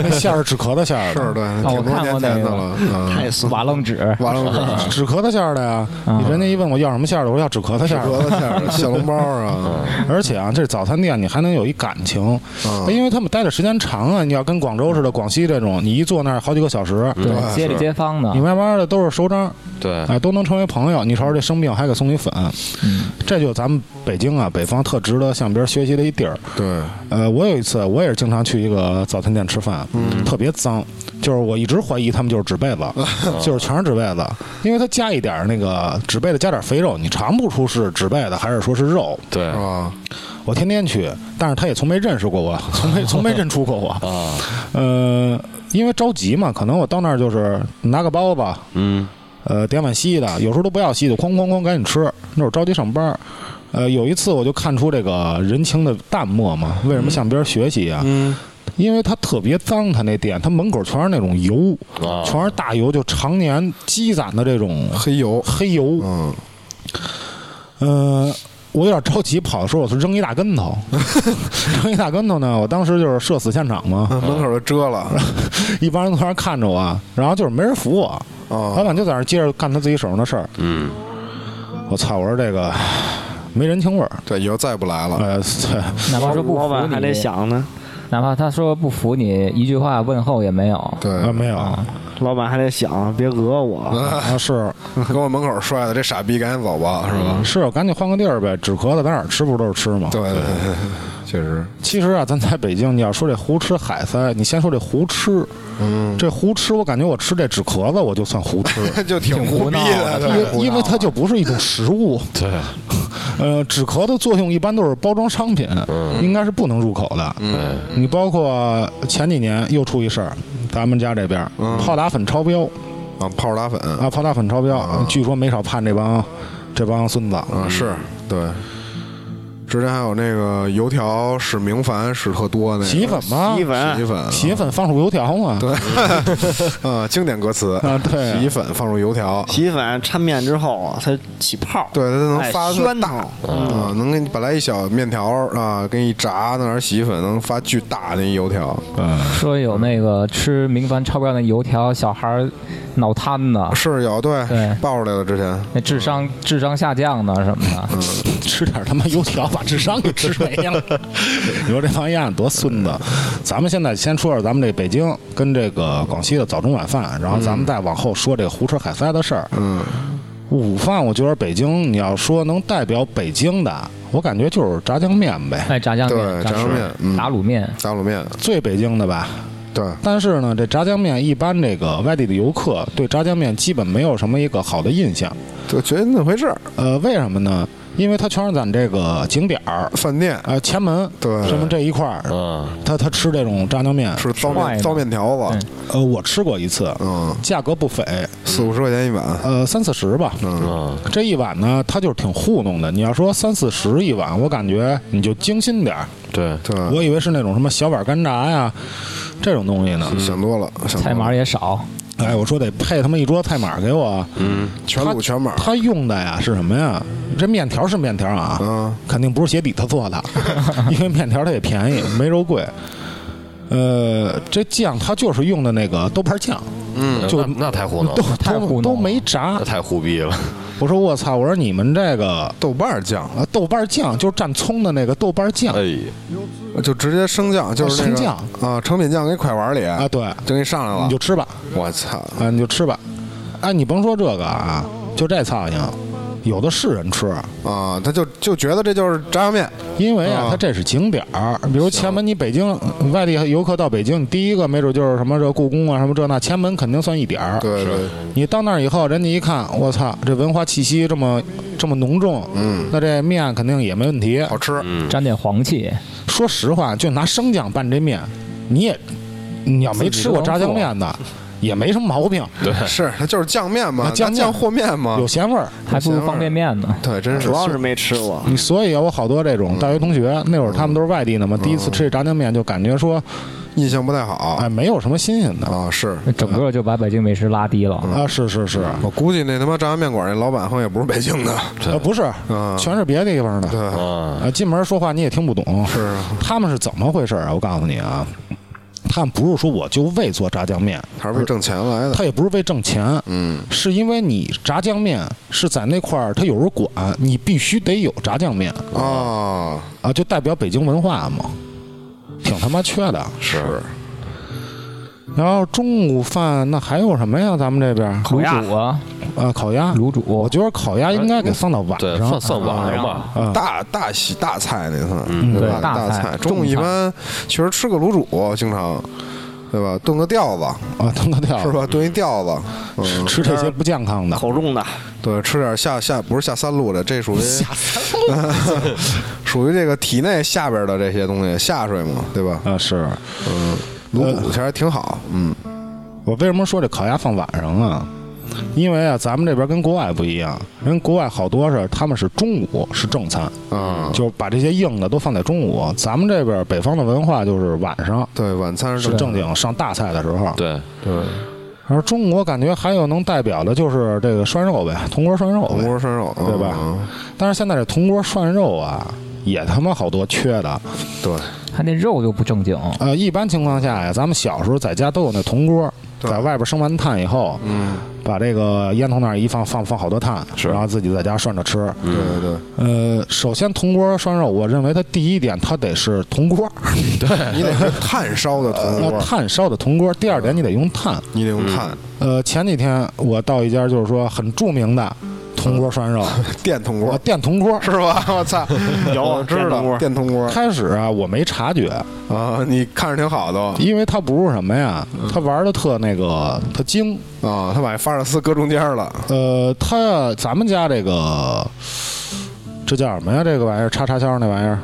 Speaker 2: 那 馅儿是纸壳子馅儿的，
Speaker 5: 是对，挺多年前的了，嗯，
Speaker 4: 太
Speaker 1: 瓦楞纸，
Speaker 5: 完了，
Speaker 2: 纸壳子馅儿的呀。
Speaker 1: 啊
Speaker 2: 人家一问我要什么馅儿的，我说要纸壳子馅儿
Speaker 5: 折
Speaker 2: 的。
Speaker 5: 了馅儿 的小笼包啊，
Speaker 2: 而且啊，这早餐店你还能有一感情，哎
Speaker 5: 嗯，
Speaker 2: 因为他们待的时间长啊。你要跟广州似的、广西这种，你一坐那儿好几个小时，
Speaker 1: 对，街里街坊的
Speaker 2: 你，慢慢的都是熟章，
Speaker 3: 对，
Speaker 2: 哎，都能成为朋友。你瞅瞅这生病还给送你粉，
Speaker 1: 嗯，
Speaker 2: 这就咱们北京啊，北方特值得向别人学习的一地儿。
Speaker 5: 对，
Speaker 2: 呃，我有一次我也是经常去一个早餐店吃饭，特别脏，就是我一直怀疑他们就是纸被子，就是全是纸被子，因为它加一点儿那个纸被子加点儿肥肉，你尝不出是纸被子还是说是肉。
Speaker 3: 对
Speaker 5: 是吧？
Speaker 2: 我天天去，但是他也从没认识过我，从没从没认出过我。
Speaker 3: 啊，
Speaker 2: 呃，因为着急嘛，可能我到那儿就是拿个包子，
Speaker 3: 嗯，
Speaker 2: 呃，点碗稀的，有时候都不要稀的，哐哐哐赶紧吃。那会儿着急上班儿，呃，有一次我就看出这个人情的淡漠嘛，为什么向别人学习啊？
Speaker 5: 嗯，
Speaker 2: 因为他特别脏，他那店，他门口全是那种油，
Speaker 3: 啊，
Speaker 2: 全是大油，就常年积攒的这种
Speaker 5: 黑油，
Speaker 2: 黑油。
Speaker 5: 嗯，
Speaker 2: 嗯，我有点着急，跑的时候我是扔一大跟 头，扔一大跟头呢，我当时就是社死现场嘛，
Speaker 5: 嗯门口都遮 了，
Speaker 2: 一帮人从那儿看着我，然后就是没人扶我，老
Speaker 5: 啊，
Speaker 2: 板就在那儿接着干他自己手上的事儿。
Speaker 3: 嗯，
Speaker 2: 我操！我说这个没人情味儿。
Speaker 5: 对，以后再不来了，
Speaker 2: 呃，
Speaker 1: 哪怕说不
Speaker 4: 老
Speaker 1: 服
Speaker 4: 板
Speaker 1: 你，
Speaker 4: 还得想呢，
Speaker 1: 哪怕他说不服你，一句话问候也没有。
Speaker 5: 对，
Speaker 2: 呃， 没有
Speaker 5: 啊
Speaker 4: 老板还得想，别讹
Speaker 5: 嗯
Speaker 4: 我。
Speaker 2: 啊，是
Speaker 5: 跟我门口摔的，这
Speaker 2: 嗯
Speaker 5: 傻逼赶紧走吧，是吧？
Speaker 2: 是，赶紧换个地儿呗。纸壳子在哪儿吃不都是吃吗？
Speaker 5: 对对对， 确实，
Speaker 2: 其实啊，咱在北京，你要说这胡吃海塞，你先说这胡吃，
Speaker 5: 嗯，
Speaker 2: 这胡吃，我感觉我吃这纸壳子，我就算胡吃，
Speaker 5: 就挺胡逼的，
Speaker 2: 因
Speaker 5: 啊对
Speaker 2: 为因为它就不是一种食物。对，呃，纸壳的作用一般都是包装商品，应该是不能入口的。
Speaker 5: 嗯
Speaker 2: 你包括前几年又出一事儿，咱们家这边儿
Speaker 5: 嗯
Speaker 2: 泡打粉超标
Speaker 5: 啊，泡打粉
Speaker 2: 啊，泡打粉超标，据说没少判这帮这帮孙子。
Speaker 5: 啊，是对。之前还有那个油条使明矾使特多那个
Speaker 2: 洗衣粉吗
Speaker 4: 洗衣？粉
Speaker 5: 洗衣粉，
Speaker 2: 洗衣粉放入油条嘛？对
Speaker 5: 啊，经典歌词
Speaker 2: 啊对
Speaker 5: 洗衣粉放入油条，
Speaker 4: 洗衣粉掺面之后它起泡，
Speaker 5: 对，它能
Speaker 4: 哎
Speaker 5: 发特
Speaker 4: 暄
Speaker 5: 大
Speaker 4: 腾
Speaker 2: 嗯
Speaker 5: 啊，能给你本来一小面条啊，给你一炸，弄点洗衣粉能发巨大那油条，
Speaker 1: 说有那个吃明矾超标的油条小孩儿脑瘫的，
Speaker 5: 是有对
Speaker 1: 对
Speaker 5: 爆出来了之前，
Speaker 1: 那智商智商下降的什么的，
Speaker 2: 吃点他妈油条，把智商给吃没了。 你说这帮样多孙子！咱们现在先说说咱们这北京跟这个广西的早中晚饭，然后咱们再往后说这个胡吃海塞的事儿。
Speaker 5: 嗯，
Speaker 2: 午饭我觉得北京，你要说能代表北京的，我感觉就是炸酱面呗，
Speaker 1: 哎，炸酱面、
Speaker 5: 对，炸酱面，嗯，
Speaker 1: 打卤面，
Speaker 5: 打卤面，
Speaker 2: 最北京的吧。
Speaker 5: 对，
Speaker 2: 但是呢，这炸酱面一般这个外地的游客对炸酱面基本没有什么一个好的印象。
Speaker 5: 就觉得那回事儿，
Speaker 2: 呃，为什么呢？因为它全是咱这个景点儿，
Speaker 5: 饭店
Speaker 2: 呃，前门，
Speaker 5: 对
Speaker 2: 什么这一块儿，
Speaker 3: 嗯，
Speaker 2: 他他吃这种炸酱面，
Speaker 5: 是糟
Speaker 1: 坏
Speaker 5: 面
Speaker 1: 的
Speaker 5: 糟面条子，
Speaker 2: 呃，我吃过一次，
Speaker 5: 嗯，
Speaker 2: 价格不菲，
Speaker 5: 四五十块钱一碗，
Speaker 2: 呃，三四十吧。
Speaker 5: 嗯
Speaker 2: 这一碗呢，它就是挺糊弄的。你要说三四十一碗，我感觉你就精心点儿。
Speaker 3: 对，
Speaker 5: 对，
Speaker 2: 我以为是那种什么小碗干炸呀，这种东西呢。
Speaker 5: 想多了，想
Speaker 1: 菜
Speaker 5: 多
Speaker 1: 码
Speaker 5: 了
Speaker 1: 也少，
Speaker 2: 哎，我说得配他妈一桌菜码给我。啊
Speaker 5: 嗯全卤全码，
Speaker 2: 他用的呀是什么呀？这面条是面条啊，
Speaker 5: 嗯
Speaker 2: 肯定不是鞋底子做 的，因为面条它也便宜，没肉贵。呃，这酱它就是用的那个豆瓣酱，
Speaker 3: 嗯，
Speaker 2: 就
Speaker 3: 那那太糊弄
Speaker 2: 哦都
Speaker 3: 了，
Speaker 1: 太糊
Speaker 2: 都
Speaker 1: 弄
Speaker 2: 都
Speaker 1: 了
Speaker 2: 没炸
Speaker 3: 那，太胡逼 了，
Speaker 2: 我说我操！我说你们这个
Speaker 5: 豆瓣儿酱，
Speaker 2: 啊豆瓣酱就是蘸葱的那个豆瓣酱
Speaker 3: 哎，
Speaker 5: 就直接升酱，就是那个
Speaker 2: 升酱
Speaker 5: 啊，成品酱给蒯碗里
Speaker 2: 啊，对，
Speaker 5: 就给你上来了
Speaker 2: 你就，吃吧，
Speaker 5: 我操，
Speaker 2: 啊你就吃吧，哎你甭说这个啊，就这苍蝇，有的是人吃，
Speaker 5: 啊，他就就觉得这就是炸酱面，
Speaker 2: 因为啊
Speaker 5: 啊
Speaker 2: 它这是景点儿，比如前门，你北京外地游客到北京，你第一个没准就是什么这故宫啊什么这那，前门肯定算一点儿，
Speaker 5: 对对，
Speaker 2: 你到那儿以后，人家一看，我操，这文化气息这么这么浓重，嗯，那这面肯定也没问题，
Speaker 5: 好吃，
Speaker 1: 沾点黄气，
Speaker 2: 说实话，就拿生酱拌这面，你也你要没吃过炸酱面的，也没什么毛病，
Speaker 5: 啊是它就是酱面嘛，
Speaker 2: 那
Speaker 5: 拿
Speaker 2: 酱
Speaker 5: 酱
Speaker 2: 面
Speaker 5: 和面嘛
Speaker 2: 有，咸味儿。
Speaker 1: 还不如方便面呢。
Speaker 5: 对，真是
Speaker 4: 主要是没吃过。
Speaker 2: 你所以啊我好多这
Speaker 5: 嗯
Speaker 2: 种大学同学，那会儿他们都是外地的嘛，第一次吃这炸酱面就感觉说，
Speaker 5: 印象不太好
Speaker 2: 哎，没有什么新鲜的
Speaker 5: 啊，是。
Speaker 1: 那整个就把北京美食拉低
Speaker 5: 嗯
Speaker 1: 了。
Speaker 2: 啊，是是是，
Speaker 5: 我估计那他妈炸酱面馆那老板好像也不是北京的，
Speaker 2: 呃，不是，
Speaker 5: 嗯
Speaker 2: 全是别的地方的。
Speaker 5: 对，
Speaker 3: 嗯，
Speaker 2: 啊，进门说话你也听不懂，
Speaker 5: 是啊
Speaker 2: 他们是怎么回事啊？我告诉你啊，他们不是说我就为做炸酱面，
Speaker 5: 还是为挣钱来的，
Speaker 2: 他也不是为挣钱，
Speaker 5: 嗯，
Speaker 2: 是因为你炸酱面是在那块儿，它有人管，你必须得有炸酱面
Speaker 5: 啊，
Speaker 2: 啊，就代表北京文化嘛，挺他妈缺的。
Speaker 3: 是，
Speaker 2: 然后中午饭那还有什么呀？咱们这边儿
Speaker 1: 卤煮啊，
Speaker 2: 啊，烤鸭，
Speaker 1: 卤煮，
Speaker 2: 我觉得烤鸭应该给放到晚
Speaker 3: 对，
Speaker 2: 上
Speaker 3: 算，算晚上吧，
Speaker 2: 啊
Speaker 5: 大大喜大菜那算，
Speaker 3: 嗯
Speaker 5: 对
Speaker 1: 对
Speaker 5: 吧？
Speaker 1: 大
Speaker 5: 大
Speaker 1: 菜
Speaker 5: 菜，
Speaker 1: 中
Speaker 5: 中午一
Speaker 1: 餐
Speaker 5: 般确实吃个卤煮，经常，对吧？炖个吊子
Speaker 2: 啊，腾个掉
Speaker 5: 是？吧？炖一吊子，嗯，
Speaker 2: 吃这些不健康的，
Speaker 4: 口重的，
Speaker 5: 对，吃点下下不是下三路的，这属于 属于这个体内下边的这些东西，下水嘛，对吧？
Speaker 2: 啊是。
Speaker 5: 卤煮其实还挺好，嗯，
Speaker 2: 我为什么说这烤鸭放晚上啊？因为啊，咱们这边跟国外不一样，人国外好多是他们是中午是正餐，
Speaker 5: 啊，
Speaker 2: 就把这些硬的都放在中午。咱们这边北方的文化就是晚上
Speaker 5: 对，晚餐
Speaker 2: 是
Speaker 5: 是
Speaker 2: 正经上大菜的时候，
Speaker 3: 对，
Speaker 5: 对，
Speaker 2: 而中国感觉还有能代表的就是这个涮肉呗，铜锅涮肉
Speaker 5: 红
Speaker 2: 呗。
Speaker 5: 锅涮肉，
Speaker 2: 对吧
Speaker 5: 嗯？
Speaker 2: 但是现在这铜锅涮肉啊，也他妈好多缺的。
Speaker 5: 对，
Speaker 1: 他那肉就不正经，
Speaker 2: 呃，一般情况下呀，咱们小时候在家都有那铜锅，
Speaker 5: 对
Speaker 2: 在外边生完炭以后，
Speaker 5: 嗯，
Speaker 2: 把这个烟囱那儿一放，放放好多炭，
Speaker 3: 是
Speaker 2: 然后自己在家涮着吃。
Speaker 5: 对对对。
Speaker 2: 呃，首先铜锅涮肉，我认为它第一点，它得是铜锅，
Speaker 5: 你得是炭烧的铜
Speaker 2: 呃，
Speaker 5: 锅，
Speaker 2: 炭烧的铜锅。第二
Speaker 1: 嗯
Speaker 2: 点，你得用炭。
Speaker 5: 你得用炭。
Speaker 2: 呃，前几天我到一家就是说很著名的铜锅 涮肉，
Speaker 5: 电铜
Speaker 2: 我
Speaker 5: 锅
Speaker 2: 电铜锅。
Speaker 5: 是吧？ 我操，
Speaker 4: 有
Speaker 5: 我知
Speaker 4: 电铜
Speaker 5: 道
Speaker 4: 锅
Speaker 5: 电铜锅
Speaker 2: 开始啊，我没察觉，
Speaker 5: 啊，你看着挺好的
Speaker 2: 因为他不是什么呀，
Speaker 1: 嗯
Speaker 2: 他玩的特那个，他精。
Speaker 5: 啊，他把法尔斯搁中间了，
Speaker 2: 呃，他呀咱们家这个，这叫什么呀？这个玩意儿插插销那玩意儿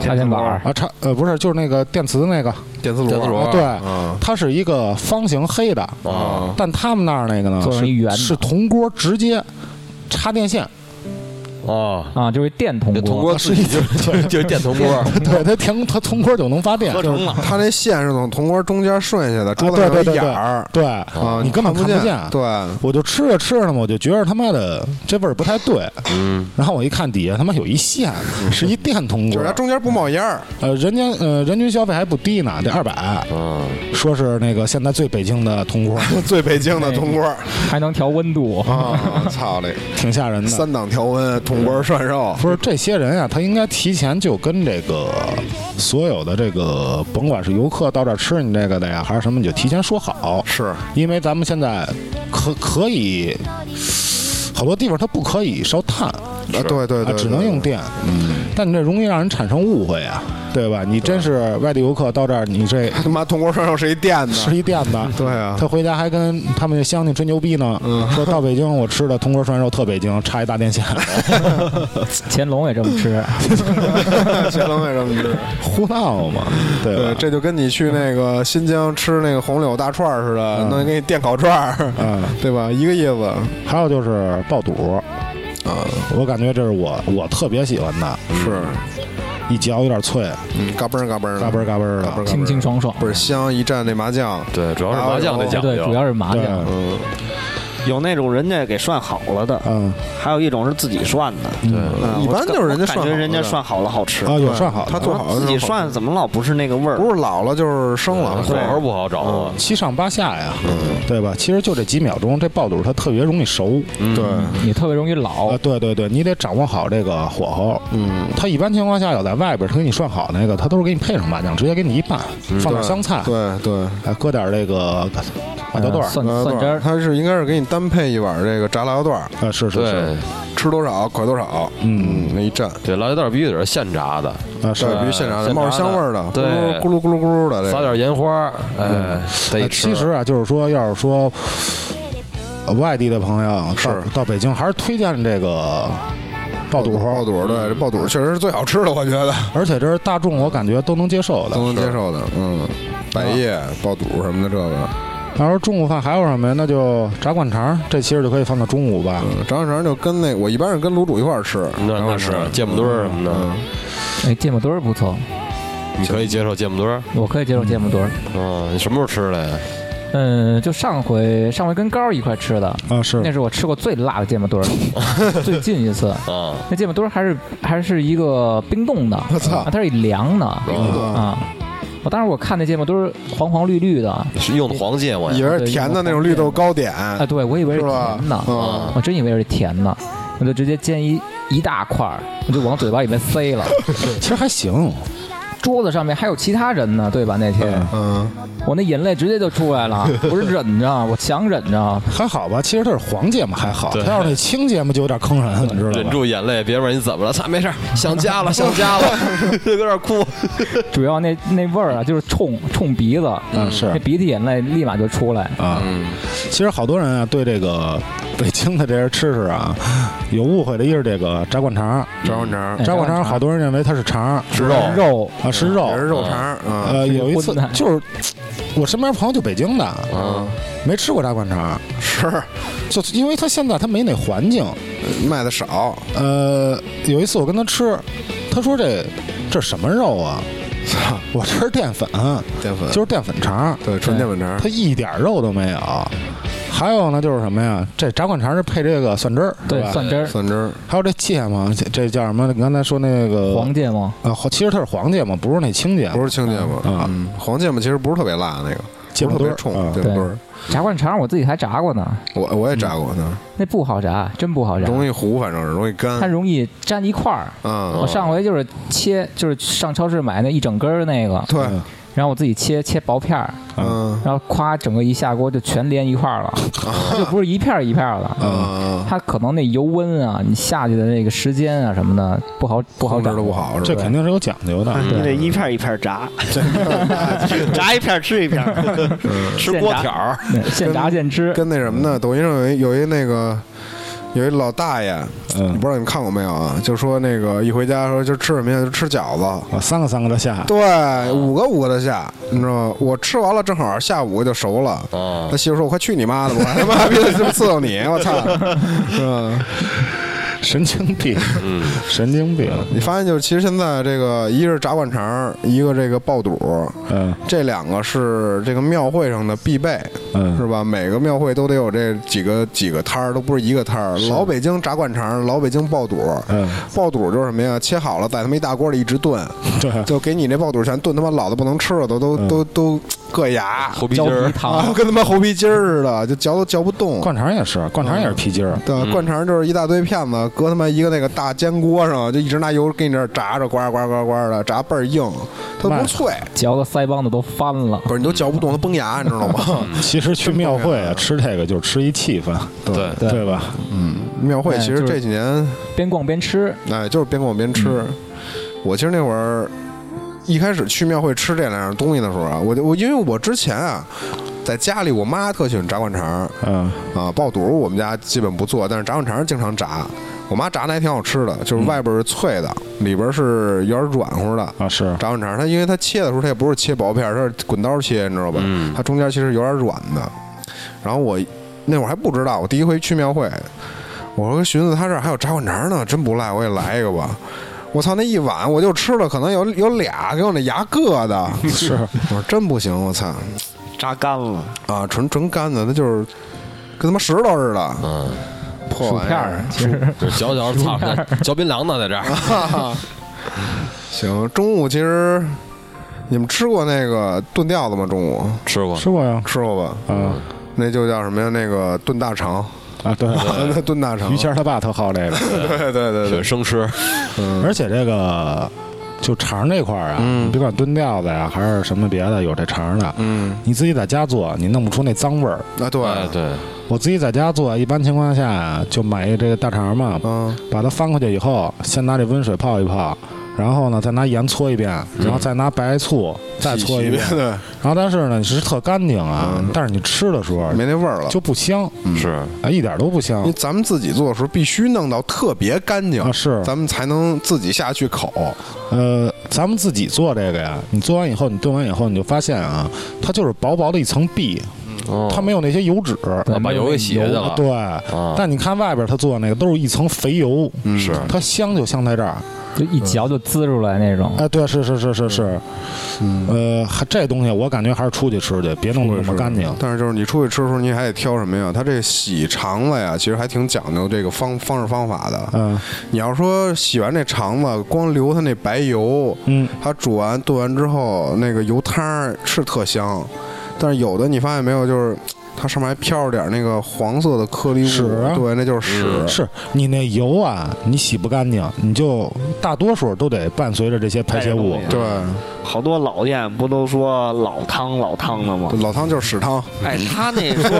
Speaker 1: 插线板儿，
Speaker 2: 啊，插呃不是，就是那个电磁的那个，
Speaker 5: 电磁炉，
Speaker 3: 电磁炉
Speaker 2: 啊
Speaker 3: 啊
Speaker 2: 对，
Speaker 5: 啊
Speaker 2: 它是一个方形黑的，
Speaker 3: 啊，
Speaker 2: 但他们那儿那个呢
Speaker 1: 做成一圆
Speaker 2: 是
Speaker 1: 的
Speaker 2: 是铜锅直接插电线，
Speaker 3: 哦，
Speaker 1: 啊，就是电铜
Speaker 3: 这铜
Speaker 1: 锅，
Speaker 3: 锅自己就就是电铜锅，
Speaker 2: 对，它铜它铜锅就能发电，
Speaker 4: 合成了，
Speaker 5: 他那线是从铜锅中间顺下去的，
Speaker 2: 对
Speaker 5: 桌
Speaker 2: 啊对
Speaker 5: 子上有
Speaker 2: 对
Speaker 5: 一眼
Speaker 2: 对
Speaker 5: 儿
Speaker 2: 对，
Speaker 5: 啊，
Speaker 2: 你根本
Speaker 5: 看
Speaker 2: 看不见
Speaker 5: 对，
Speaker 2: 我就吃着吃着呢，我就觉着他妈的这味儿不太对，
Speaker 3: 嗯，
Speaker 2: 然后我一看底下他妈有一线，是一电铜
Speaker 5: 就
Speaker 2: 锅
Speaker 5: 是它，中间不冒烟儿，
Speaker 2: 呃，人家呃人均消费还不低呢，得二百，
Speaker 3: 嗯，
Speaker 2: 说是那个现在最北京的铜锅，
Speaker 5: 最北京的铜锅
Speaker 1: 还能调温
Speaker 2: 哎
Speaker 1: 度。
Speaker 5: 啊，操嘞，
Speaker 2: 挺吓人的。
Speaker 5: 三档调温，铜锅涮肉，
Speaker 2: 不是这些人啊，他应该提前就跟这个所有的这个，甭管是游客到这儿吃你这个的呀，还是什么，你就提前说好，
Speaker 5: 是
Speaker 2: 因为咱们现在可可以，好多地方它不可以烧炭，
Speaker 5: 啊，对对
Speaker 2: 啊
Speaker 5: 对，，
Speaker 2: 只能用
Speaker 5: 电。
Speaker 2: 电。嗯，但你这容易让人产生误会啊，对吧？你真是外地游客到这儿，你 这
Speaker 5: 他妈铜锅涮肉是一电的，
Speaker 2: 吃一店的，
Speaker 5: 对啊嗯
Speaker 2: 他回家还跟他们乡亲吹牛逼呢，说到北京我吃的铜锅涮肉特北京，插一大电 线。
Speaker 1: 乾隆也这么吃，
Speaker 5: 乾隆为什么吃？
Speaker 2: 胡闹嘛，对
Speaker 5: 对，
Speaker 2: 吧？
Speaker 5: 这就跟你去那个新疆吃那个红柳大串儿似的，弄一给你电烤串儿，
Speaker 2: 嗯，
Speaker 5: 对吧？一个意思，
Speaker 2: 还有就是爆肚，啊我感觉这是我我特别喜欢的，
Speaker 5: 是，
Speaker 2: 一嚼有点脆，
Speaker 5: 嗯，嘎嘣儿嘎嘣儿的，
Speaker 2: 嘎嘣儿嘎嘣儿
Speaker 5: 嘎嘣儿
Speaker 2: 的。
Speaker 5: 嘎
Speaker 1: 清
Speaker 5: 嘣
Speaker 1: 清
Speaker 5: 儿，
Speaker 1: 爽爽。
Speaker 5: 倍儿香，一蘸那麻酱，
Speaker 3: 对，主要是麻将的讲
Speaker 1: 哦对，主
Speaker 3: 究，
Speaker 2: 啊
Speaker 1: 要是麻
Speaker 2: 对，
Speaker 1: 将，
Speaker 5: 嗯，
Speaker 4: 有那种人家给涮好了的，
Speaker 2: 嗯，
Speaker 4: 还有一种是自己涮的。
Speaker 2: 对
Speaker 4: 嗯
Speaker 5: 一般
Speaker 4: 我
Speaker 5: 就
Speaker 4: 感
Speaker 5: 是人家
Speaker 4: 我感
Speaker 5: 涮
Speaker 4: 觉
Speaker 5: 好
Speaker 4: 人家
Speaker 5: 的
Speaker 4: 涮好了好吃。
Speaker 2: 啊，有涮好
Speaker 5: 他
Speaker 2: 的，
Speaker 5: 做好的
Speaker 4: 自己
Speaker 5: 时候
Speaker 4: 涮怎么老不是那个味儿？
Speaker 5: 呃不是老了就是生了，
Speaker 3: 火候不好啊掌握，
Speaker 2: 七上八下呀，
Speaker 5: 嗯
Speaker 2: 对吧？其实就这几秒钟，这爆肚它特别容易熟。
Speaker 3: 嗯
Speaker 5: 对，
Speaker 2: 嗯
Speaker 1: 也特别容易老
Speaker 2: 啊，。对对对，你得掌握好这个火候。
Speaker 5: 嗯，
Speaker 2: 它一般情况下有在外边，它给你涮好那个，它都是给你配上麻酱，直接给你一拌，放点香菜，
Speaker 5: 对对。
Speaker 2: 还搁点这个麻椒
Speaker 1: 呃
Speaker 2: 段儿。
Speaker 1: 蒜蒜汁儿，
Speaker 5: 它是应该是给你单配一碗这个炸辣椒段儿，
Speaker 2: 啊，是是
Speaker 3: 对
Speaker 2: 是，
Speaker 5: 吃多少蒯多少，
Speaker 2: 嗯
Speaker 5: 嗯，那一蘸，
Speaker 3: 对，辣椒蛋儿必须得是现炸的，
Speaker 2: 啊是
Speaker 5: 这。必须现炸
Speaker 3: 现炸
Speaker 5: 的，
Speaker 3: 的
Speaker 5: 冒着香味儿的，
Speaker 3: 对
Speaker 5: 咕噜咕噜咕噜咕噜的，这个
Speaker 3: 撒点盐花，哎，得
Speaker 2: 呃
Speaker 3: 吃。
Speaker 2: 其实啊，就是说，要是说呃外地的朋友
Speaker 5: 是
Speaker 2: 到到北京，还是推荐这个爆肚。
Speaker 5: 爆肚，对，这爆肚确实是最好吃的，我觉得
Speaker 2: 而且这是啊大众，我感觉都能接受的。
Speaker 5: 都能接受的，嗯，百叶
Speaker 2: 啊
Speaker 5: 爆肚什么的，这个，
Speaker 2: 然后中午饭还有什么呀？那就炸灌肠，这其实就可以放到中午吧。
Speaker 5: 嗯，长肠就跟那我一般是跟卤煮一块儿吃，
Speaker 3: 那那是芥末墩儿什么的，
Speaker 5: 嗯
Speaker 1: 哎，芥末墩儿不错，
Speaker 3: 你可以接受芥末墩儿。
Speaker 1: 我可以接受芥末墩儿。
Speaker 3: 嗯，你什么时候吃的呀？
Speaker 1: 嗯，就上回上回跟高儿一块吃的，
Speaker 2: 啊，是
Speaker 1: 那是我吃过最辣的芥末墩 儿，最近一次。
Speaker 3: 啊，
Speaker 2: 嗯
Speaker 1: 那芥末墩儿还是还是一个冰冻 的，
Speaker 5: 我操
Speaker 1: 啊，它是一凉的
Speaker 5: 嗯
Speaker 1: 啊。我当时我看那芥末墩儿黄黄绿绿的，啊，
Speaker 3: 是用的黄芥末
Speaker 5: 以
Speaker 3: 呀？
Speaker 5: 为是甜的那种绿豆糕点，
Speaker 1: 对我以为
Speaker 5: 是
Speaker 1: 是
Speaker 5: 吧
Speaker 1: 甜的？，
Speaker 5: 嗯，
Speaker 1: 我真以为是甜的，我就直接煎一一大块儿，我就往嘴巴里面塞了。
Speaker 2: 其实还行。
Speaker 1: 桌子上面还有其他人呢，对吧？那天
Speaker 5: 嗯，
Speaker 1: 我那眼泪直接就出来 了，我是忍着，我想忍着，
Speaker 2: 还好吧，其实它是黄芥末还好，
Speaker 3: 对
Speaker 2: 它要是那青芥末就有点坑人，你知道
Speaker 3: 忍
Speaker 2: 吧？
Speaker 3: 住眼泪，别问你怎么了，操，没事儿，想家了，想家了，有点哭。
Speaker 1: 主要那那味儿啊，就是冲冲鼻子，
Speaker 2: 嗯，是
Speaker 1: 那鼻涕眼泪立马就出来。
Speaker 2: 啊。
Speaker 3: 嗯
Speaker 2: 其实好多人啊，对这个北京的这些吃食啊，有误会的。一是这个炸灌肠，
Speaker 5: 炸灌肠
Speaker 1: 哎
Speaker 2: 炸灌肠，
Speaker 1: 肠
Speaker 2: 好多人认为它是肠，
Speaker 3: 吃肉
Speaker 1: 肉
Speaker 2: 啊，是肉
Speaker 5: 也。是肉肠儿，嗯，
Speaker 2: 呃，有一次
Speaker 1: 荤的
Speaker 2: 就是我身边朋友就北京的，
Speaker 3: 啊，
Speaker 2: 没吃过炸灌肠，
Speaker 5: 是
Speaker 2: 就因为他现在他没那环境。
Speaker 5: 卖的少，
Speaker 2: 呃，有一次我跟他吃，他说这这什么肉啊？
Speaker 5: 操，
Speaker 2: 我这是淀粉，
Speaker 5: 淀粉，
Speaker 2: 就是淀粉肠。
Speaker 5: 对，纯淀粉肠儿，
Speaker 2: 它一点肉都没有。还有呢，就是什么呀？这炸灌肠是配这个蒜汁儿，
Speaker 1: 对
Speaker 2: 是吧？
Speaker 1: 蒜汁儿、
Speaker 5: 蒜汁儿，
Speaker 2: 还有这芥末，这这叫什么？你刚才说那
Speaker 5: 呃
Speaker 2: 个
Speaker 1: 黄芥末，
Speaker 2: 啊，黄其实它是黄芥末，不是那青芥
Speaker 5: 不
Speaker 2: 末，
Speaker 5: 是青芥末，
Speaker 2: 啊
Speaker 5: 嗯，黄芥末其实不是特别辣那个，
Speaker 2: 芥
Speaker 5: 不是
Speaker 2: 末墩儿
Speaker 5: 特别冲，
Speaker 2: 啊
Speaker 5: 芥末墩儿，
Speaker 1: 炸灌肠我自己还炸过呢，
Speaker 5: 我我也炸过呢，
Speaker 1: 那不好炸，真不好炸，
Speaker 5: 容易糊，反正是容易干
Speaker 1: 它，容易粘一块儿。
Speaker 5: 嗯
Speaker 1: 我，上回就是切，就是上超市买那一整根儿那个，
Speaker 5: 对，
Speaker 2: 嗯
Speaker 1: 然后我自己切切薄片儿，
Speaker 5: 嗯
Speaker 1: 然后咵整个一下锅就全连一块 儿了，它就不是一片儿一片儿了。
Speaker 5: 嗯，
Speaker 1: 它可能那油温啊，你下去的那个时间啊什么的不好不好
Speaker 5: 控制
Speaker 1: 掌
Speaker 5: 的不
Speaker 1: 握。
Speaker 5: 好是
Speaker 2: 这
Speaker 5: 吧？
Speaker 2: 肯定是有讲究的。啊
Speaker 4: 你得啊一片一片 炸， 炸一片吃一片，嗯
Speaker 3: 吃
Speaker 1: 现
Speaker 3: 锅
Speaker 1: 炸
Speaker 3: 条儿，
Speaker 1: 对现炸现吃，
Speaker 5: 跟那什么呢？抖音上有一有一那个有一老大爷，你
Speaker 2: 嗯，
Speaker 5: 不知道你们看过没有啊？就说那个一回家说就吃什么呀？就吃饺子。
Speaker 2: 啊三个三个的下，
Speaker 5: 对，五个五个的下，你知道吗？我吃完了，正好下五个就熟了。
Speaker 3: 啊
Speaker 5: 他，媳妇说：“我快去你妈的！我 他妈逼的这么伺候你，我操！” 嗯，
Speaker 2: 神经病，
Speaker 3: 嗯，
Speaker 2: 神经病。
Speaker 5: 你发现就是，其实现在这个一个是炸灌肠，一个这个爆肚，
Speaker 2: 嗯
Speaker 5: 这两个是这个庙会上的必备，是
Speaker 2: 嗯，
Speaker 5: 吧？每个庙会都得有这几个几个摊儿，都不是一个摊儿。老北京炸灌肠，老北京爆肚，
Speaker 2: 嗯，
Speaker 5: 爆肚就是什么呀？切好了，在他妈一大锅里一直炖，
Speaker 2: 对，
Speaker 5: 就给你那爆肚全炖他妈老的不能吃了，都都
Speaker 2: 嗯
Speaker 5: 都都硌牙
Speaker 3: 头皮筋
Speaker 1: 胶皮
Speaker 3: 儿，
Speaker 1: 糖
Speaker 5: 啊，，跟他妈猴皮筋儿似的，就嚼都嚼不动。
Speaker 2: 灌肠也是，灌肠也是皮筋儿。
Speaker 5: 对，灌肠就是一大堆骗子，搁他妈一个那个大煎锅上，就一直拿油给你这儿炸着，呱呱呱呱的，炸倍儿硬，它
Speaker 2: 慢
Speaker 5: 不脆，
Speaker 1: 嚼的腮帮子都翻了。
Speaker 5: 不是你都嚼不动，它崩牙，你知道
Speaker 1: 嗯
Speaker 5: 吗？
Speaker 2: 其实去庙会
Speaker 5: 嗯
Speaker 2: 啊，吃这个就是吃一气氛，
Speaker 3: 对，
Speaker 1: 对
Speaker 2: 对吧？
Speaker 5: 庙会
Speaker 1: 哎
Speaker 5: 其实
Speaker 1: 就是
Speaker 5: 这几年，
Speaker 1: 边逛边吃，
Speaker 5: 哎，就是边逛边
Speaker 1: 嗯
Speaker 5: 吃。我其实那会儿一开始去庙会吃这两样东西的时候啊，我就我因为我之前啊。在家里，我妈特喜欢炸灌肠
Speaker 2: 嗯
Speaker 5: 啊，爆肚我们家基本不做，但是炸灌肠经常炸。我妈炸的还挺好吃的，就是外边是脆的，里边是有点软乎的。
Speaker 2: 啊是，
Speaker 5: 炸灌肠，它因为它切的时候它也不是切薄片儿，它是滚刀切，你知道吧？
Speaker 3: 嗯
Speaker 5: 它中间其实有点软的。然后我那会儿还不知道，我第一回去庙会，我说寻思他这儿还有炸灌肠呢，真不赖，我也来一个吧。我操，那一碗我就吃了，可能有有俩给我那牙硌的，
Speaker 2: 是
Speaker 5: 我说真不行，我操
Speaker 4: 炸干了，
Speaker 5: 啊，纯纯干的，那就是跟他妈石头似的，
Speaker 3: 嗯，
Speaker 5: 破玩意
Speaker 1: 片
Speaker 5: 儿
Speaker 1: 儿。其实
Speaker 3: 这嚼嚼，操， 嚼槟榔呢，在这儿，
Speaker 5: 行，中午其实你们吃过那个炖吊子吗？中午
Speaker 3: 吃过，
Speaker 2: 吃过呀，
Speaker 5: 吃过吧？
Speaker 2: 啊
Speaker 5: 那就叫什么呀？那个炖大肠，
Speaker 2: 啊对，
Speaker 1: 嗯
Speaker 5: 那 炖大肠，
Speaker 2: 于谦儿他爸特好这个，
Speaker 5: 对对对对
Speaker 3: 选，生吃，
Speaker 2: 而且这个就肠这块儿啊，
Speaker 5: 嗯
Speaker 2: 你别管炖吊子呀，还是什么别的，有这肠的，
Speaker 5: 嗯，
Speaker 2: 你自己在家做，你弄不出那脏味儿。
Speaker 5: 啊
Speaker 3: 哎
Speaker 5: 对，
Speaker 3: 对，
Speaker 2: 我自己在家做，一般情况下就买一这个大肠嘛，
Speaker 5: 嗯
Speaker 2: 把它翻过去以后，先拿这温水泡一泡，然后呢再拿盐搓一遍，然
Speaker 5: 嗯
Speaker 2: 后再拿白醋再搓一遍，
Speaker 5: 对，
Speaker 2: 然后但是呢你是特干净啊，
Speaker 5: 嗯
Speaker 2: 但是你吃的时候
Speaker 5: 没那味儿了。
Speaker 2: 就不香，
Speaker 3: 是，
Speaker 2: 啊一点都不香
Speaker 5: 因为咱们自己做的时候，必须弄到特别干净
Speaker 2: 啊，是
Speaker 5: 咱们才能自己下去口。
Speaker 2: 呃，咱们自己做这个呀，你做完以后，你炖完以后，你就发现啊，它就是薄薄的一层壁，
Speaker 3: 哦
Speaker 2: 它没有那些油脂。
Speaker 3: 啊把油给洗下去了，
Speaker 2: 对，
Speaker 3: 啊，
Speaker 2: 但你看外边它做那个都是一层肥油，
Speaker 5: 嗯
Speaker 3: 是
Speaker 2: 它香就香在这儿。
Speaker 1: 就一嚼就滋出来那种。
Speaker 2: 哎，对，是是是是是，
Speaker 5: 嗯，
Speaker 2: 呃，还这东西我感觉还是出去吃去，别弄得那么干净。
Speaker 5: 但是就是你出去吃的时候，你还得挑什么呀？它这洗肠子呀，其实还挺讲究这个方方式方法的。
Speaker 2: 嗯
Speaker 5: 你要说洗完这肠子，光留它那白油，
Speaker 2: 嗯，
Speaker 5: 它煮完炖完之后，那个油汤儿是特香，但是有的你发现没有，就是它上面还飘着点儿那个黄色的颗粒物，
Speaker 2: 屎啊
Speaker 5: 对，那就是屎。
Speaker 2: 是你那油啊，你洗不干净，你就大多数都得伴随着这些排泄物
Speaker 4: 带着东西。
Speaker 5: 对，
Speaker 4: 好多老店不都说老汤老汤的吗？
Speaker 5: 老汤就是屎汤，
Speaker 4: 哎，他那 说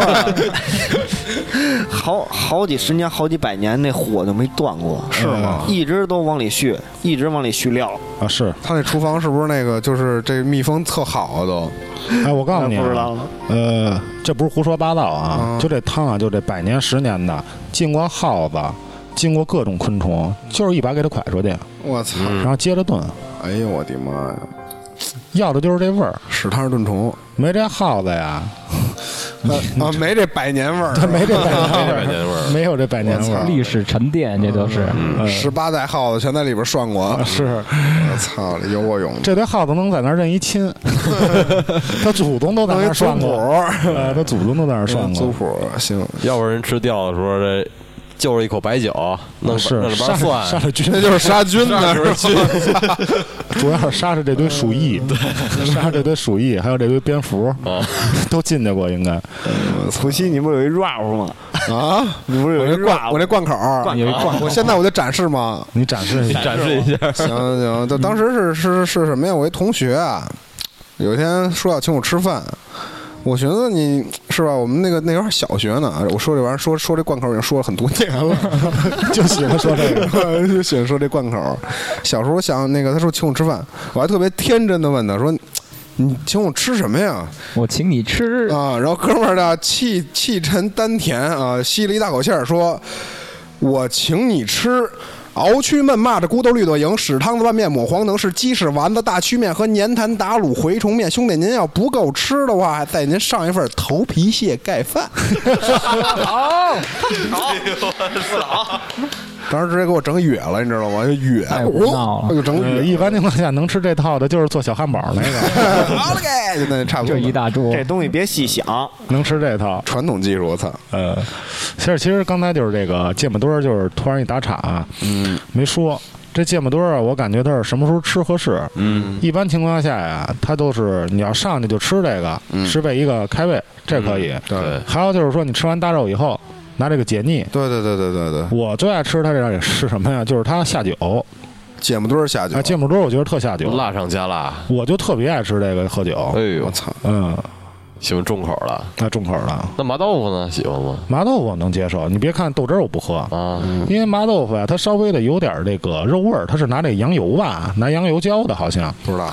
Speaker 4: 好好几十年、好几百年，那火就没断过，嗯
Speaker 2: 是吗
Speaker 4: 一直都往里续，一直往里续料。
Speaker 2: 啊，是。
Speaker 5: 他那厨房是不是那个就是这密封特好啊都？
Speaker 2: 哎，我告诉你啊，
Speaker 4: 不知道了，
Speaker 2: 呃，这不是胡说八道啊，
Speaker 5: 嗯
Speaker 2: 就这汤啊，就这百年十年的，进过耗子，进过各种昆虫，就是一把给它蒯出去，
Speaker 5: 我操！
Speaker 2: 然后接着炖，
Speaker 5: 哎呦我的妈呀！
Speaker 2: 要的就是这味儿。
Speaker 5: 屎汤炖虫
Speaker 2: 没这耗子呀，
Speaker 5: 啊，没这百年味儿，
Speaker 2: 它没这百
Speaker 3: 太
Speaker 2: 年味
Speaker 3: 白
Speaker 2: 儿，
Speaker 3: 年味儿，
Speaker 2: 没有这百年味
Speaker 5: 我
Speaker 2: 儿
Speaker 5: 操。
Speaker 1: 历史沉淀，这都是。
Speaker 2: 嗯
Speaker 5: 啊十八代耗子全在里边涮过。
Speaker 2: 啊是，
Speaker 5: 我操，有我有。
Speaker 2: 这对耗子能在那儿认一亲，他祖宗都在那儿涮过，呃他祖宗都在那儿涮
Speaker 5: 族
Speaker 2: 过，
Speaker 5: 嗯谱行，
Speaker 3: 要不然人吃掉的时候，这就是一口白酒，弄
Speaker 2: 啊是
Speaker 3: 弄
Speaker 2: 杀
Speaker 3: 瓣蒜，
Speaker 2: 杀了菌
Speaker 5: 那，就是杀菌
Speaker 3: 那
Speaker 5: 呢，
Speaker 3: 时
Speaker 5: 是
Speaker 3: 候
Speaker 5: 吧？
Speaker 3: 去，
Speaker 2: 主要是杀着这堆鼠疫，杀着这堆鼠疫，还有这堆蝙蝠
Speaker 3: 啊，
Speaker 2: 都进去过，应该。
Speaker 4: 嗯除夕你不是有一 rap 吗？
Speaker 5: 啊，
Speaker 4: 你不是有
Speaker 5: 我
Speaker 4: 一
Speaker 5: 那
Speaker 4: rap？
Speaker 5: 罐我那罐口儿，
Speaker 1: 有一罐
Speaker 5: 我现在我就展示嘛。
Speaker 2: 你展示一下，
Speaker 3: 展示一下，
Speaker 5: 行行，就当时是是是什么呀？我一同学啊，有一天说要请我吃饭，我寻思你是吧？我们那个那会儿小学呢，我说这玩意儿说说这贯口已经说了很多年了，
Speaker 2: 就喜欢说这个。
Speaker 5: 就喜欢说这贯口。小时候我想那个，他说请我吃饭，我还特别天真的问他说：“你请我吃什么呀
Speaker 1: 我请你？”吃，
Speaker 5: 啊，然后哥们儿呢气气沉丹田啊，吸了一大口气儿说：“我请你吃。”鳌曲焖蚂蚱、骨头绿豆蝇、屎汤子拌面、抹黄能是鸡屎丸子、大曲面和粘痰打卤蛔虫面。兄弟，您要不够吃的话，再您上一份头皮蟹盖 饭。当时直接给我整哕了，你知道吗？就哕，
Speaker 1: 太胡闹了
Speaker 5: 哦就整
Speaker 2: 呃
Speaker 5: 哕
Speaker 2: 一般情况下能吃这套的，就是做小汉堡那个
Speaker 5: 好了该，就哎那差不多
Speaker 1: 就一大桌
Speaker 4: 这，东西别细想，
Speaker 2: 能吃这套。
Speaker 5: 传统技术，我操！
Speaker 2: 呃，其实其实刚才就是这个芥末墩儿，就是突然一打岔啊，嗯，没说这芥末墩儿啊，我感觉它是什么时候吃合适，嗯，一般情况下呀，它都是你要上去就吃这个，十倍一个开胃，这可以。
Speaker 5: 对
Speaker 2: 还有就是说，你吃完大肉以后，拿这个解腻。
Speaker 5: 对对对对对 对，
Speaker 2: 我最爱吃它这是什么呀？就是它下酒
Speaker 5: 芥末墩儿下酒
Speaker 2: 啊，，芥末墩儿我觉得特下酒，
Speaker 3: 辣上加辣，
Speaker 2: 我就特别爱吃这个喝
Speaker 3: 哎
Speaker 2: 酒，
Speaker 3: 呦
Speaker 5: 我，操！
Speaker 2: 嗯，
Speaker 3: 喜欢重口了。
Speaker 2: 那重口的。
Speaker 3: 那麻豆腐呢？喜欢吗？
Speaker 2: 麻豆腐我能接受，你别看豆汁儿我不喝，
Speaker 3: 啊，
Speaker 2: 因为麻豆腐啊，它稍微的有点儿这个肉味儿，它是拿这羊油吧，拿羊油浇的，好像，
Speaker 5: 不知道，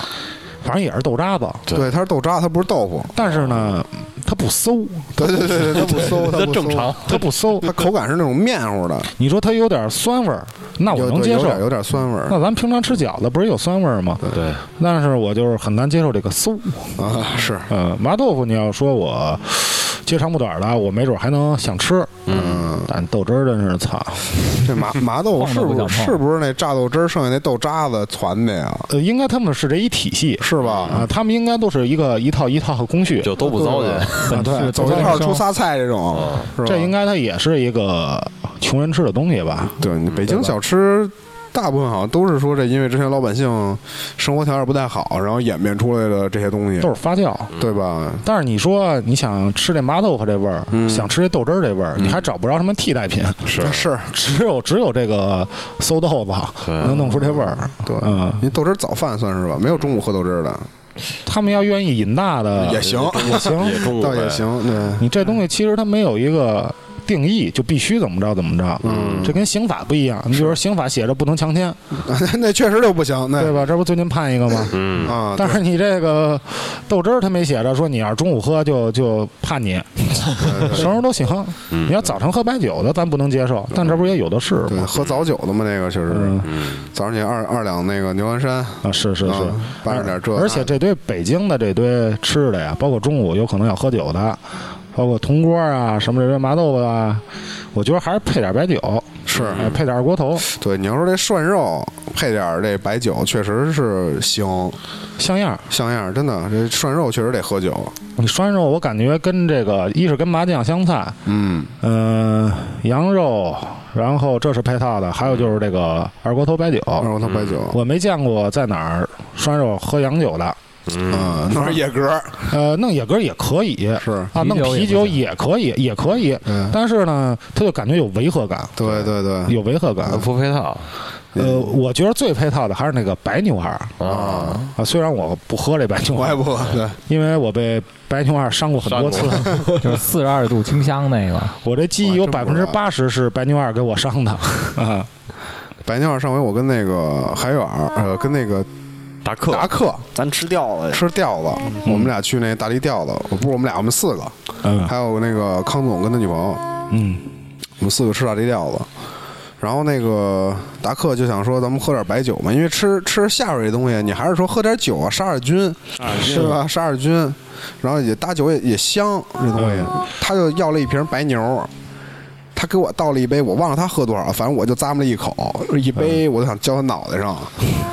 Speaker 2: 反正也是豆渣子。
Speaker 3: 对
Speaker 5: 对，它是豆渣，它不是豆腐。
Speaker 2: 但是呢，它不馊，
Speaker 5: 对对对对，它不馊，它
Speaker 3: 那
Speaker 5: 不馊
Speaker 3: 正常，。
Speaker 2: 它不馊。
Speaker 5: 它口感是那种面糊的，
Speaker 2: 你说它有点酸味儿，那我
Speaker 5: 有
Speaker 2: 能
Speaker 5: 对
Speaker 2: 接
Speaker 5: 有
Speaker 2: 受。
Speaker 5: 点有点酸味儿
Speaker 2: 那咱们平常吃饺子不是有酸味儿吗？
Speaker 3: 对，
Speaker 2: 但是我就是很难接受这个馊。
Speaker 5: 啊，是
Speaker 2: 呃，麻豆腐你要说我接长不短的，我没准还能想吃。
Speaker 5: 嗯，
Speaker 2: 但豆汁儿真是操，
Speaker 5: 这麻麻豆
Speaker 1: 碰
Speaker 5: 是
Speaker 1: 都不
Speaker 5: 不
Speaker 1: 想碰
Speaker 5: 是是不是那榨豆汁儿剩下那豆渣子传的呀？
Speaker 2: 呃，应该他们是这一体系
Speaker 5: 是吧？
Speaker 2: 啊，他们应该都是一个一套一套的工序。
Speaker 3: 就都不糟践。
Speaker 2: 啊，对，
Speaker 5: 走
Speaker 2: 不
Speaker 5: 一
Speaker 2: 糟
Speaker 5: 套
Speaker 2: 践
Speaker 5: 出仨菜这种，是吧？
Speaker 2: 这应该它也是一个穷人吃的东西吧？
Speaker 5: 对，你北京小吃大部分好像都是说这，因为之前老百姓生活条件不太好，然后演变出来的这些东西
Speaker 2: 都，是发酵。
Speaker 5: 对吧？
Speaker 2: 但是你说你想吃这麻豆腐这味儿，想吃这豆汁儿这味儿，你还找不着什么替代品，
Speaker 5: 是是，
Speaker 2: 只有只有这个馊豆子
Speaker 3: 对
Speaker 2: 能弄出这味儿。
Speaker 5: 对
Speaker 2: 嗯，
Speaker 5: 您豆汁儿早饭算是吧？没有中午喝豆汁儿的，
Speaker 2: 他们要愿意饮大的
Speaker 5: 也行
Speaker 2: 也行。
Speaker 3: 也中午
Speaker 5: 倒也
Speaker 3: 呗。
Speaker 5: 行。啊对，
Speaker 2: 你这东西其实它没有一个定义，就必须怎么着怎么着。嗯，这跟刑法不一样。你比如说刑法写着不能强奸，
Speaker 5: 那确实就不行，
Speaker 2: 对
Speaker 5: 那
Speaker 2: 吧？这不最近判一个吗？
Speaker 3: 嗯，
Speaker 5: 啊，
Speaker 2: 但是你这个豆汁儿，他没写着说你要是中午喝就就判你，什么时候都行。你要早上喝白酒的，咱不能接受，但这不是也有的是
Speaker 5: 嗯对，
Speaker 2: 吗？
Speaker 5: 喝早酒的嘛，那个确实是
Speaker 2: 嗯，
Speaker 5: 早上起来二二两那个牛栏山，
Speaker 2: 啊，是是是
Speaker 5: 啊，拌着点这
Speaker 2: 而且这堆北京的这堆吃的呀，包括中午有可能要喝酒的，包括铜锅啊什么这堆麻豆腐啊，我觉得还是配点白酒，
Speaker 5: 是
Speaker 2: 哎配点二锅头，
Speaker 5: 对。你要说这涮肉配点儿这白酒，确实是行
Speaker 2: 像样儿。
Speaker 5: 像样儿，真的，这涮肉确实得喝酒。
Speaker 2: 你涮肉，我感觉跟这个一是跟麻酱香菜，
Speaker 5: 嗯，
Speaker 2: 嗯、羊肉，然后这是配套的，还有就是这个二锅头白酒。
Speaker 5: 然后他白酒，
Speaker 2: 我没见过在哪儿涮肉喝洋酒的，
Speaker 1: 啊
Speaker 5: 嗯，那是野格儿，
Speaker 2: 呃，弄野格也可以，
Speaker 5: 是，
Speaker 2: 啊，弄啤
Speaker 1: 啤
Speaker 2: 酒
Speaker 1: 酒
Speaker 2: 也可以，也可以，
Speaker 5: 嗯，
Speaker 2: 但是呢，他就感觉有违和感，
Speaker 5: 对对对，
Speaker 2: 有违和感。
Speaker 3: 不配套
Speaker 2: 呃，我觉得最配套的还是那个白牛二
Speaker 3: 啊，
Speaker 2: 啊，虽然我不喝这白牛
Speaker 5: 我也
Speaker 2: 二，
Speaker 5: 不喝，对，
Speaker 2: 因为我被白牛二伤过很多 次
Speaker 3: 伤，
Speaker 1: 就是四十二度清香那
Speaker 5: 啊
Speaker 1: 个，
Speaker 2: 我这记忆有
Speaker 5: 我
Speaker 2: 百
Speaker 5: 还真
Speaker 2: 分
Speaker 5: 不
Speaker 2: 之
Speaker 5: 知道
Speaker 2: 八十是白牛二给我伤的 啊。
Speaker 5: 白尿上回我跟那个海远儿，呃，跟那个
Speaker 3: 达克
Speaker 5: 达克
Speaker 4: 咱吃掉了。
Speaker 5: 吃吊子，我们俩去那大力吊子，我不是我们俩，我们四个，
Speaker 2: 嗯
Speaker 5: 还有那个康总跟他女朋友，
Speaker 2: 嗯，
Speaker 5: 我们四个吃大力吊子。然后那个达克就想说，咱们喝点白酒嘛，因为吃吃下水这东西，你还是说喝点酒啊，杀杀菌，是吧？杀杀菌，然后也搭酒也也香，这东西。
Speaker 2: 嗯
Speaker 5: 他就要了一瓶白牛，他给我倒了一杯，我忘了他喝多少，反正我就咂摸了一口，一杯我就想浇他脑袋 上，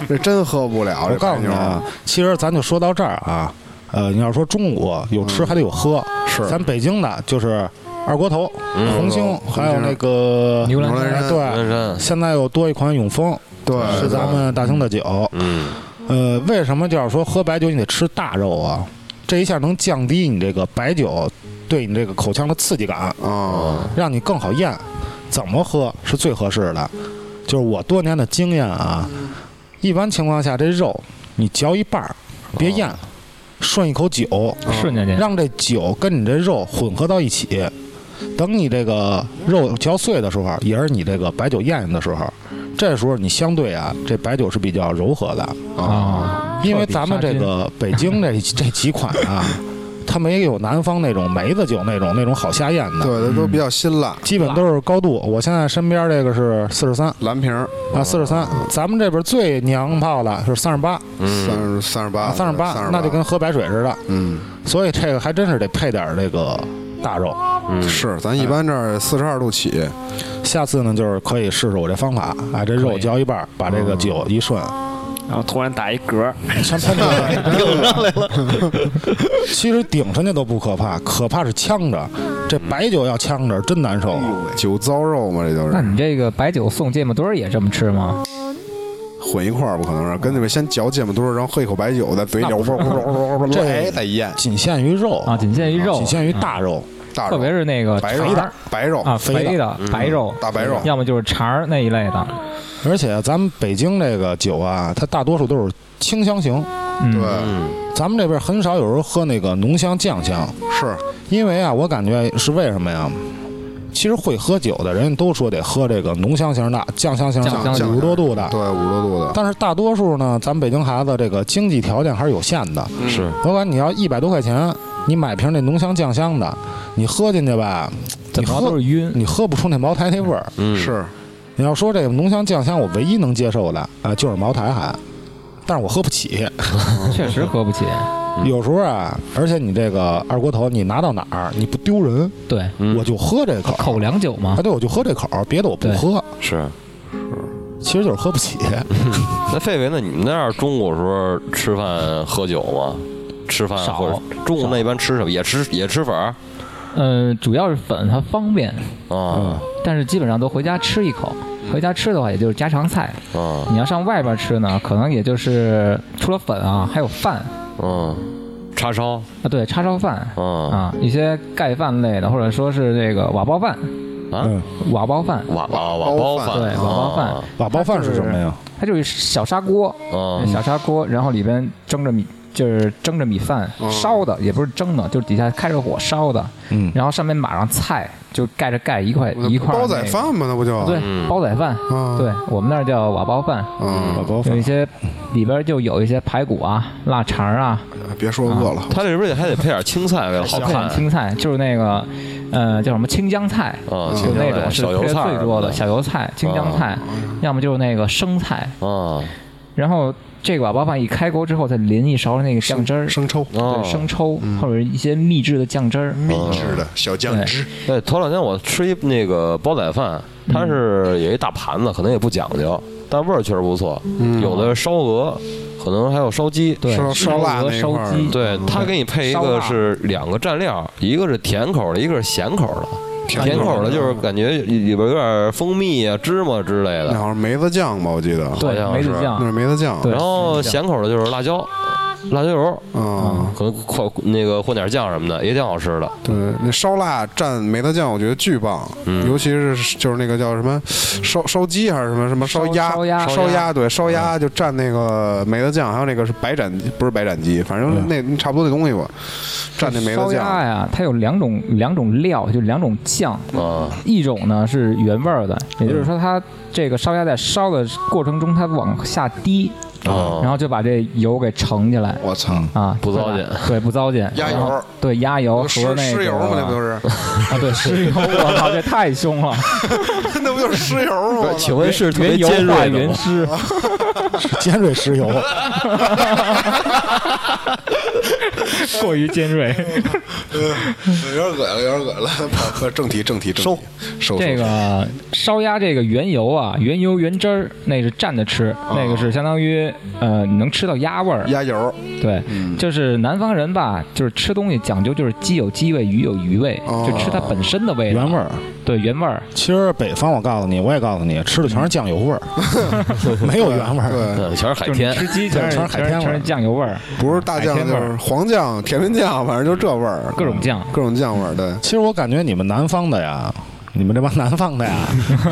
Speaker 5: 这真喝不了。
Speaker 2: 嗯我
Speaker 5: 这
Speaker 2: 告
Speaker 5: 白
Speaker 2: 诉你
Speaker 5: 牛
Speaker 2: 啊，其实咱就说到这儿啊，呃，你要说中午有吃还得有喝，
Speaker 5: 嗯是嗯
Speaker 2: 咱北京的就是二锅头、红星，
Speaker 5: 红星
Speaker 2: 还有那个哎
Speaker 1: 牛栏
Speaker 5: 牛栏
Speaker 1: 山
Speaker 5: 山
Speaker 2: 对，
Speaker 3: 南山，
Speaker 2: 现在又多一款永丰，
Speaker 5: 对，
Speaker 2: 是咱们大兴的酒。
Speaker 3: 嗯，
Speaker 2: 呃，为什么就是说喝白酒你得吃大肉啊？这一下能降低你这个白酒对你这个口腔的刺激感，
Speaker 5: 啊，
Speaker 2: 让你更好咽。怎么喝是最合适的？就是我多年的经验啊，一般情况下这肉你嚼一半儿，别咽，顺一口酒，
Speaker 1: 顺着点，
Speaker 2: 让这酒跟你这肉混合到一起。等你这个肉嚼碎的时候，也是你这个白酒咽下的时候，这时候你相对啊，这白酒是比较柔和的
Speaker 1: 啊，
Speaker 2: 因为咱们这
Speaker 1: 彻底杀
Speaker 2: 个北京这这几款啊，它没有南方那种梅子酒那种那种好下咽的，
Speaker 5: 对，它都比较辛辣，
Speaker 2: 基本都是高度。我现在身边这个是四十三
Speaker 5: 蓝瓶儿
Speaker 2: 啊，四十三，咱们这边最娘炮的是三十八
Speaker 3: 嗯
Speaker 5: 三十三十八，
Speaker 2: 啊啊，三十八，那就跟喝白水似的。
Speaker 5: 嗯
Speaker 2: 所以这个还真是得配点儿这个大肉。
Speaker 3: 嗯
Speaker 5: 是，咱一般这儿四十二度起，
Speaker 2: 下次呢，就是可以试试我这方法，哎，这肉嚼一半儿，把这个酒一顺，
Speaker 4: 然后突然打一嗝，
Speaker 2: 嗯 全喷出来，顶上来了。 其实顶上去都不可怕，可怕是呛着。这白酒要呛着，真难受。
Speaker 5: 酒糟肉嘛，这都
Speaker 1: 那
Speaker 5: 是
Speaker 1: 你这个白酒送芥末墩儿也这么吃吗？
Speaker 5: 混一块儿不可能是，跟那边先嚼芥末墩儿，然后喝一口哎白酒，在嘴里呜呜呜呜呜来再咽，
Speaker 2: 仅限于肉
Speaker 1: 啊，，仅限于肉，
Speaker 2: 仅限于大肉。
Speaker 5: 大
Speaker 1: 特别是那个
Speaker 5: 白
Speaker 1: 肠
Speaker 5: 肉
Speaker 1: 儿
Speaker 5: 白肉
Speaker 1: 啊，
Speaker 2: 肥的
Speaker 1: 肥的白肉，嗯
Speaker 5: 大白肉
Speaker 1: 要么就是肠儿那一类的，
Speaker 2: 而且咱们北京这个酒啊，它大多数都是清香型，
Speaker 1: 嗯，
Speaker 5: 对，
Speaker 2: 咱们这边很少有人喝那个浓香酱香。
Speaker 5: 是
Speaker 2: 因为啊，我感觉是为什么呀？其实会喝酒的人都说得喝这个浓香型的、酱香型
Speaker 1: 酱香
Speaker 2: 的、
Speaker 1: 型
Speaker 2: 五十多度的。
Speaker 5: 对五十多度的，
Speaker 2: 但是大多数呢，咱们北京孩子这个经济条件还是有限的。
Speaker 3: 是
Speaker 2: 老板，你要一百多块钱，你买瓶那浓香酱香的，你喝进去吧，
Speaker 1: 怎
Speaker 2: 你
Speaker 1: 么着都
Speaker 2: 喝
Speaker 1: 是晕，
Speaker 2: 你喝不出那茅台那味儿。
Speaker 3: 嗯
Speaker 5: 是
Speaker 2: 你要说这个浓香酱香，我唯一能接受的啊、呃就是茅台还，但是我喝不起。
Speaker 1: 确实喝不起，
Speaker 2: 有时候啊，而且你这个二锅头，你拿到哪儿你不丢人，
Speaker 1: 对，
Speaker 3: 嗯
Speaker 2: 我就喝这口。
Speaker 1: 嗯口粮酒嘛
Speaker 2: 啊，，对，我就喝这口儿，别的我不喝，
Speaker 3: 是。
Speaker 2: 其实就是喝不起。
Speaker 3: 那狒狒，那你们那儿中午时候吃饭喝酒吗？吃饭
Speaker 1: 少
Speaker 3: 或者中午那一般吃什么？也吃也吃粉儿
Speaker 5: 呃
Speaker 1: 嗯，主要是粉它方便，
Speaker 3: 啊
Speaker 1: 但是基本上都回家吃一口，
Speaker 5: 嗯
Speaker 1: 回家吃的话也就是家常菜，
Speaker 3: 啊
Speaker 1: 你要上外边吃呢，可能也就是除了粉啊，还有饭
Speaker 3: 嗯，叉烧
Speaker 1: 啊，对，叉烧饭
Speaker 5: 哦
Speaker 3: 啊
Speaker 1: 啊，一些盖饭类的，或者说是这个瓦煲饭，
Speaker 5: 嗯
Speaker 3: 啊，
Speaker 1: 瓦煲饭，
Speaker 3: 瓦啊瓦瓦
Speaker 5: 煲
Speaker 3: 煲
Speaker 5: 饭
Speaker 3: 饭
Speaker 1: 对瓦煲饭
Speaker 3: 啊
Speaker 2: 瓦煲饭是什么呀？
Speaker 1: 它就是小砂锅，
Speaker 5: 哦
Speaker 3: 啊
Speaker 1: 小砂锅，然后里边蒸着米，就是蒸着米饭，
Speaker 5: 哦
Speaker 1: 烧的也不是蒸的，就是底下开着火烧的，
Speaker 2: 嗯
Speaker 1: 然后上面码上菜，就盖着盖一块一块儿
Speaker 5: 煲
Speaker 1: 那
Speaker 5: 仔
Speaker 1: 个，
Speaker 5: 饭嘛，那不就
Speaker 1: 对，煲仔饭，
Speaker 5: 啊
Speaker 1: 对我们那儿叫瓦煲饭，
Speaker 2: 瓦煲
Speaker 1: 有
Speaker 2: 饭
Speaker 1: 一些里边就有一些排骨啊、腊肠啊，
Speaker 5: 别说饿了，
Speaker 3: 它这是不是还得配点青菜为了好
Speaker 1: 配点
Speaker 3: 看？
Speaker 1: 青菜，就是那个呃叫什么青江菜。
Speaker 3: 啊，
Speaker 1: 就
Speaker 3: 青
Speaker 1: 那
Speaker 3: 菜
Speaker 1: 种是
Speaker 3: 小油
Speaker 1: 配
Speaker 3: 菜
Speaker 1: 的最多
Speaker 3: 什
Speaker 1: 的
Speaker 3: 么
Speaker 1: 小油菜、青江菜，要么就是那个生菜，
Speaker 3: 啊
Speaker 1: 然后这个瓦煲饭一开锅之后，再淋一勺那个酱汁儿，
Speaker 5: 生抽
Speaker 3: 啊
Speaker 1: 对，生抽或者一些秘制的酱汁儿，
Speaker 3: 嗯
Speaker 5: 秘制的小酱汁，
Speaker 3: 对，头两天我吃一那个煲仔饭，它
Speaker 1: 嗯
Speaker 3: 是也一大盘子，可能也不讲究，但味儿确实不错。
Speaker 5: 嗯
Speaker 3: 有的是烧鹅，可能还有烧鸡。
Speaker 1: 嗯对，
Speaker 5: 烧烧腊
Speaker 1: 鹅
Speaker 5: 那
Speaker 1: 烧
Speaker 5: 块儿
Speaker 1: 鸡，
Speaker 3: 对，它给你配一
Speaker 1: 烧
Speaker 3: 个
Speaker 1: 腊
Speaker 3: 是两个蘸料，一个是甜口的，一个是咸口的。甜口的
Speaker 1: 嗯
Speaker 3: 就是感觉里边有点蜂蜜啊、芝麻之类的，
Speaker 5: 那
Speaker 1: 嗯
Speaker 5: 好像梅子酱吧，我记得，
Speaker 1: 对
Speaker 3: 好像
Speaker 1: 梅子
Speaker 3: 是
Speaker 5: 那是
Speaker 1: 酱，
Speaker 5: 梅子酱，
Speaker 1: 对嗯
Speaker 3: 然后咸口的就是辣椒、辣椒油，
Speaker 5: 啊，
Speaker 3: 可能混那个混点酱什么的，也挺好吃的。
Speaker 5: 对，那烧腊蘸梅子酱，我觉得巨棒，尤其是就是那个叫什么烧烧鸡还是什么什么
Speaker 1: 烧
Speaker 5: 鸭
Speaker 1: 烧鸭
Speaker 5: 烧鸭，对，烧鸭就蘸那个梅子酱，还有那个是白斩不是白斩鸡，反正那那差不多那东西吧，蘸那梅
Speaker 1: 烧
Speaker 5: 子
Speaker 1: 鸭
Speaker 5: 酱，
Speaker 1: 呀，它有两种两种料，就两种酱，
Speaker 3: 啊，
Speaker 1: 一种呢是原味儿的，也就是说它这个烧鸭在烧的过程中它往下滴，
Speaker 3: 哦
Speaker 1: 然后就把这油给盛起来
Speaker 5: 我 操，
Speaker 1: 啊，
Speaker 3: 不糟践
Speaker 1: 践，对，不糟践，
Speaker 5: 鸭油
Speaker 1: 然后对鸭油和
Speaker 5: 湿
Speaker 1: 那
Speaker 5: 湿
Speaker 1: 个
Speaker 5: 油嘛，那 不就是？
Speaker 1: 啊， 对湿油，我操，这太凶了，
Speaker 5: 那不就是湿油吗？
Speaker 3: 请问是特别
Speaker 1: 原油
Speaker 3: 尖
Speaker 1: 化
Speaker 3: 锐的
Speaker 1: 原
Speaker 3: 吗？
Speaker 1: 湿，
Speaker 2: 尖锐石油，
Speaker 1: 过于尖锐。
Speaker 5: 有点恶了，有点恶了。不正题，正题，正题，收
Speaker 1: 这个烧鸭这个原油啊，原油原汁儿那是蘸着吃，那个是相当于呃你能吃到鸭味儿。
Speaker 5: 哦鸭油
Speaker 1: 对，
Speaker 5: 嗯
Speaker 1: 就是南方人吧，就是吃东西讲究就是鸡有鸡味，鱼有鱼味，
Speaker 5: 哦
Speaker 1: 就吃它本身的味道。
Speaker 2: 原味儿。
Speaker 1: 对原味儿，
Speaker 2: 其实北方，我告诉你，我也告诉你，吃的全是酱油味儿， 没有原味儿。
Speaker 5: 对，
Speaker 3: 嗯全是
Speaker 1: 哎
Speaker 3: 海
Speaker 1: 就是你
Speaker 3: 天，
Speaker 1: 吃鸡全是全
Speaker 2: 全是海天味儿
Speaker 1: 全是酱油哦味儿，
Speaker 5: 不是大酱
Speaker 1: 海鲜
Speaker 5: 就
Speaker 1: 味
Speaker 5: 是
Speaker 1: 儿
Speaker 5: 黄酱、甜面酱，反正就这味儿，
Speaker 1: 各种酱。
Speaker 5: 各种酱味儿。对，
Speaker 2: 其实我感觉你们南方的呀，你们这帮南方的 呀，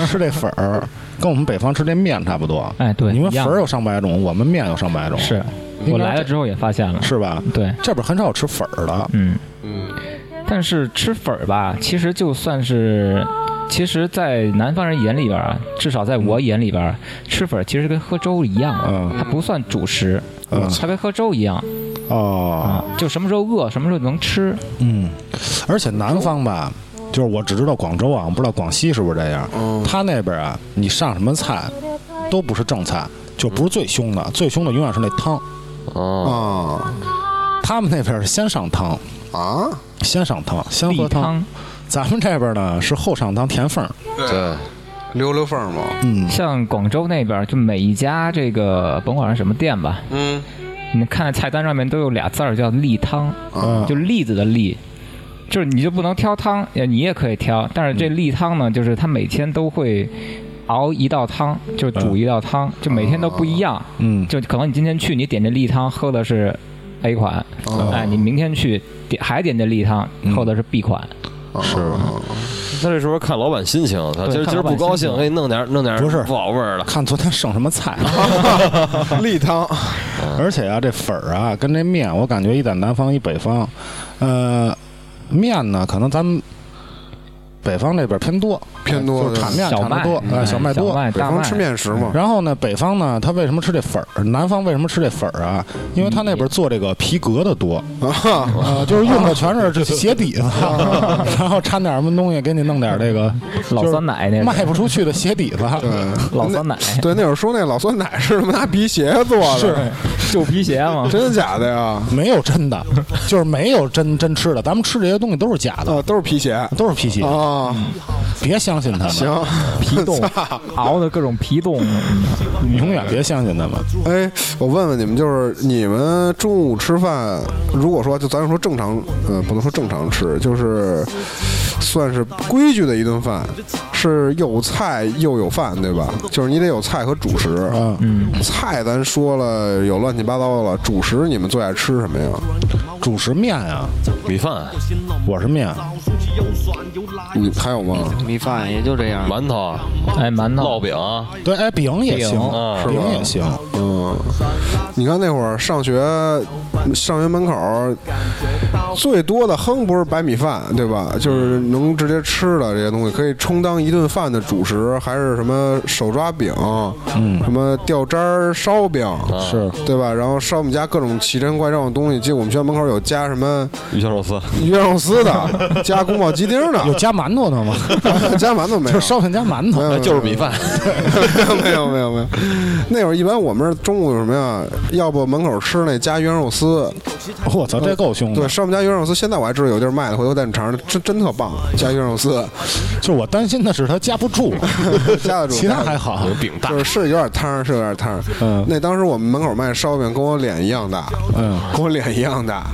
Speaker 2: 吃这粉儿跟我们北方吃这面差不多。
Speaker 1: 哎对
Speaker 2: 你们
Speaker 1: 一样
Speaker 2: 粉儿有上百种，我们面有上百种。
Speaker 1: 是，我
Speaker 2: 应该
Speaker 1: 来了之后也发现了，
Speaker 2: 是吧？
Speaker 1: 对，
Speaker 2: 这边很少吃粉儿的，
Speaker 1: 嗯，
Speaker 4: 嗯，
Speaker 1: 但是吃粉儿吧，其实就算是，其实，在南方人眼里边儿啊，至少在我眼里边儿，吃粉儿其实跟喝粥一样，啊
Speaker 2: 嗯
Speaker 1: 它不算主食，
Speaker 2: 嗯
Speaker 1: 它跟喝粥一样
Speaker 2: 哦，
Speaker 1: 啊，就什么时候饿，什么时候能吃，
Speaker 2: 嗯，而且南方吧，就是我只知道广州啊，我不知道广西是不是这样。他那边啊，你上什么菜，都不是正菜，就不是最凶的，最凶的永远是那汤。
Speaker 3: 哦，
Speaker 5: 啊
Speaker 2: 他们那边是先上汤，
Speaker 5: 啊，
Speaker 2: 先上汤，先
Speaker 1: 例
Speaker 2: 喝汤。
Speaker 1: 汤。
Speaker 2: 咱们这边呢是后上汤填缝儿，
Speaker 5: 对，
Speaker 3: 对，
Speaker 5: 溜溜缝儿嘛，
Speaker 2: 嗯，
Speaker 1: 像广州那边儿，就每一家这个甭管是什么店吧，
Speaker 5: 嗯，
Speaker 1: 你看菜单上面都有俩字儿叫例汤，
Speaker 2: 嗯
Speaker 5: 啊
Speaker 1: 就栗子的栗。就是你就不能挑汤，呃，你也可以挑，但是这例汤呢，就是他每天都会熬一道汤，就煮一道汤，就每天都不一样。
Speaker 2: 嗯，
Speaker 1: 就可能你今天去你点这例汤喝的是 A 款，
Speaker 5: 哦
Speaker 1: 哎，你明天去点还点这例汤
Speaker 2: 嗯
Speaker 1: 喝的是 B 款，
Speaker 2: 是。
Speaker 3: 他这时候看老板心情，他
Speaker 1: 对
Speaker 3: 今儿
Speaker 1: 看
Speaker 3: 今儿
Speaker 1: 老板
Speaker 3: 不高
Speaker 1: 心
Speaker 3: 兴，
Speaker 1: 情
Speaker 3: 给你弄点儿弄点儿
Speaker 2: 不是
Speaker 3: 不好味儿的，
Speaker 2: 看昨天剩什么菜，啊
Speaker 5: 例汤，
Speaker 2: 而且啊，这粉儿啊，跟这面，我感觉一在南方一北方，呃，面呢，可能咱们北方这边偏多，
Speaker 5: 偏多
Speaker 2: 就是产面
Speaker 1: 小
Speaker 2: 产的
Speaker 1: 麦
Speaker 2: 多，
Speaker 1: 哎
Speaker 2: 呃，小麦多。
Speaker 5: 北
Speaker 1: 大麦
Speaker 5: 方吃面食嘛，
Speaker 2: 然后呢，北方呢，他为什么吃这粉儿？南方为什么吃这粉儿啊？因为他那边做这个皮革的多，
Speaker 5: 嗯
Speaker 2: 啊，就是用的全是这鞋底子， 然后掺点什么东西给你弄点这个
Speaker 1: 老酸奶那
Speaker 2: 卖
Speaker 1: 是
Speaker 2: 不出去的鞋底子，
Speaker 1: 老酸奶，
Speaker 5: 对，嗯那会儿说那老酸奶是他妈拿皮鞋做的，
Speaker 2: 是
Speaker 1: 旧皮鞋嘛，
Speaker 5: 真的假的呀？
Speaker 2: 没有真的，就是没有真真吃的，咱们吃这些东西都是假的，
Speaker 5: 啊，都是皮鞋啊，
Speaker 2: 都是皮鞋，别相信他们，
Speaker 5: 行，
Speaker 1: 皮 冻熬的各种皮冻，
Speaker 2: 你永远别相信他们。
Speaker 5: 哎，我问问你们，就是你们中午吃饭，如果说就咱说正常，呃，不能说正常吃，就是算是规矩的一顿饭，是有菜又有饭，对吧？就是你得有菜和主食。
Speaker 2: 嗯，
Speaker 1: 嗯，
Speaker 5: 菜咱说了有乱七八糟的了，主食你们最爱吃什么呀？
Speaker 2: 主食面啊，
Speaker 3: 米饭、
Speaker 2: 我是面，
Speaker 5: 你还有吗？
Speaker 4: 米饭也就这样。
Speaker 3: 馒头、
Speaker 1: 哎，馒
Speaker 3: 烙
Speaker 1: 头，
Speaker 3: 饼，
Speaker 2: 对，哎，饼也行
Speaker 1: 饼
Speaker 3: 啊，
Speaker 2: 饼也行，
Speaker 5: 嗯，你看那会儿上学，上学门口儿最多的哼不是白米饭，对吧？就是能直接吃的这些东西，可以充当一顿饭的主食，还是什么手抓饼，
Speaker 2: 嗯
Speaker 5: 什么掉渣儿烧饼，
Speaker 2: 是
Speaker 5: 对吧？然后烧我们家各种奇珍怪状的东西，记得我们学校门口有加什么
Speaker 3: 鱼香肉丝，
Speaker 5: 鱼香肉丝 的，加宫保鸡丁
Speaker 2: 有
Speaker 5: 的，
Speaker 2: 加馒头的吗？
Speaker 5: 加馒头没
Speaker 2: 就
Speaker 5: 有
Speaker 2: 是？烧饼加馒头
Speaker 5: 没有，没有
Speaker 3: 就是米饭，
Speaker 5: 没有没有没有，那会儿一般我们是中午有什么呀？要不门口吃那家鱼香肉丝，
Speaker 2: 我操，这够凶
Speaker 5: 对，
Speaker 2: 的。
Speaker 5: 上我们家鱼香肉丝，现在我还知道有地儿卖的，回头带你尝尝，真真特棒，家鱼香肉丝，
Speaker 2: 就是我担心的是他夹不 住，
Speaker 5: 夹得住，
Speaker 2: 其他还好
Speaker 3: 有。饼大
Speaker 5: 就，是是有点汤儿，是有点汤儿。
Speaker 2: 嗯
Speaker 5: 那当时我们门口卖烧饼，跟我脸一样大，
Speaker 2: 嗯，
Speaker 5: 跟我脸一样大。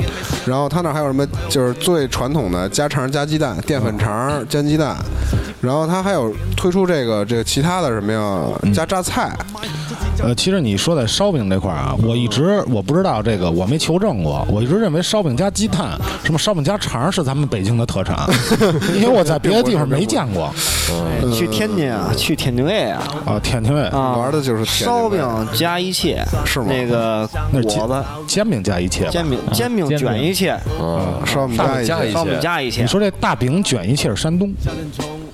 Speaker 5: 然后他那还有什么？就是最传统的加肠、加鸡蛋、淀粉
Speaker 2: 嗯
Speaker 5: 肠、煎鸡蛋。然后他还有推出这个这个其他的什么
Speaker 2: 嗯
Speaker 5: 呀？加榨菜，
Speaker 2: 呃，其实你说在烧饼这块儿啊，我一直我不知道这个，我没求证过。我一直认为烧饼加鸡蛋，什么烧饼加肠是咱们北京的特 产，因为我在别的地方没见过
Speaker 4: 去天津啊，去天津卫啊，
Speaker 2: 啊。天津卫
Speaker 4: 啊，
Speaker 5: 玩的就是天津
Speaker 4: 烧
Speaker 5: 味
Speaker 4: 饼加一切，
Speaker 5: 是吗
Speaker 4: 那个
Speaker 2: 那是
Speaker 4: 果子、
Speaker 2: 煎煎饼加一切吧，
Speaker 4: 煎饼、煎饼
Speaker 1: 煎饼
Speaker 4: 卷一切，
Speaker 2: 啊
Speaker 3: 嗯，
Speaker 5: 烧饼
Speaker 3: 大
Speaker 5: 加
Speaker 3: 饼加
Speaker 5: 一些
Speaker 3: 一
Speaker 4: 烧饼
Speaker 3: 些，
Speaker 4: 加一切
Speaker 2: 你。说这大饼卷一切是山东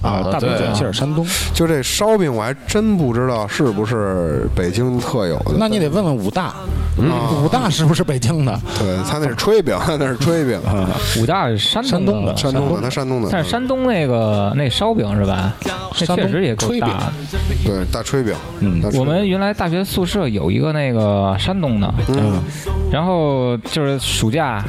Speaker 2: 啊，
Speaker 3: 啊
Speaker 2: 大饼
Speaker 3: 对啊
Speaker 2: 卷一切是山东，
Speaker 5: 就这烧饼，我还真不知道是不是北京特有的。
Speaker 2: 那你得问问武大，嗯武大是不是北京的？
Speaker 5: 对，他那是炊饼， 他那是炊饼，
Speaker 1: 五大是山
Speaker 2: 啊山东的
Speaker 5: 山东的，他山东的，
Speaker 1: 但是山东那个那烧饼是吧？那
Speaker 2: 山
Speaker 1: 确
Speaker 2: 东
Speaker 1: 实也够
Speaker 2: 炊饼
Speaker 1: 大。
Speaker 5: 对大炊饼。
Speaker 2: 嗯
Speaker 5: 大炊饼
Speaker 1: 我们原来大学宿舍有一个那个山东的，
Speaker 5: 嗯
Speaker 1: 然后就是暑假，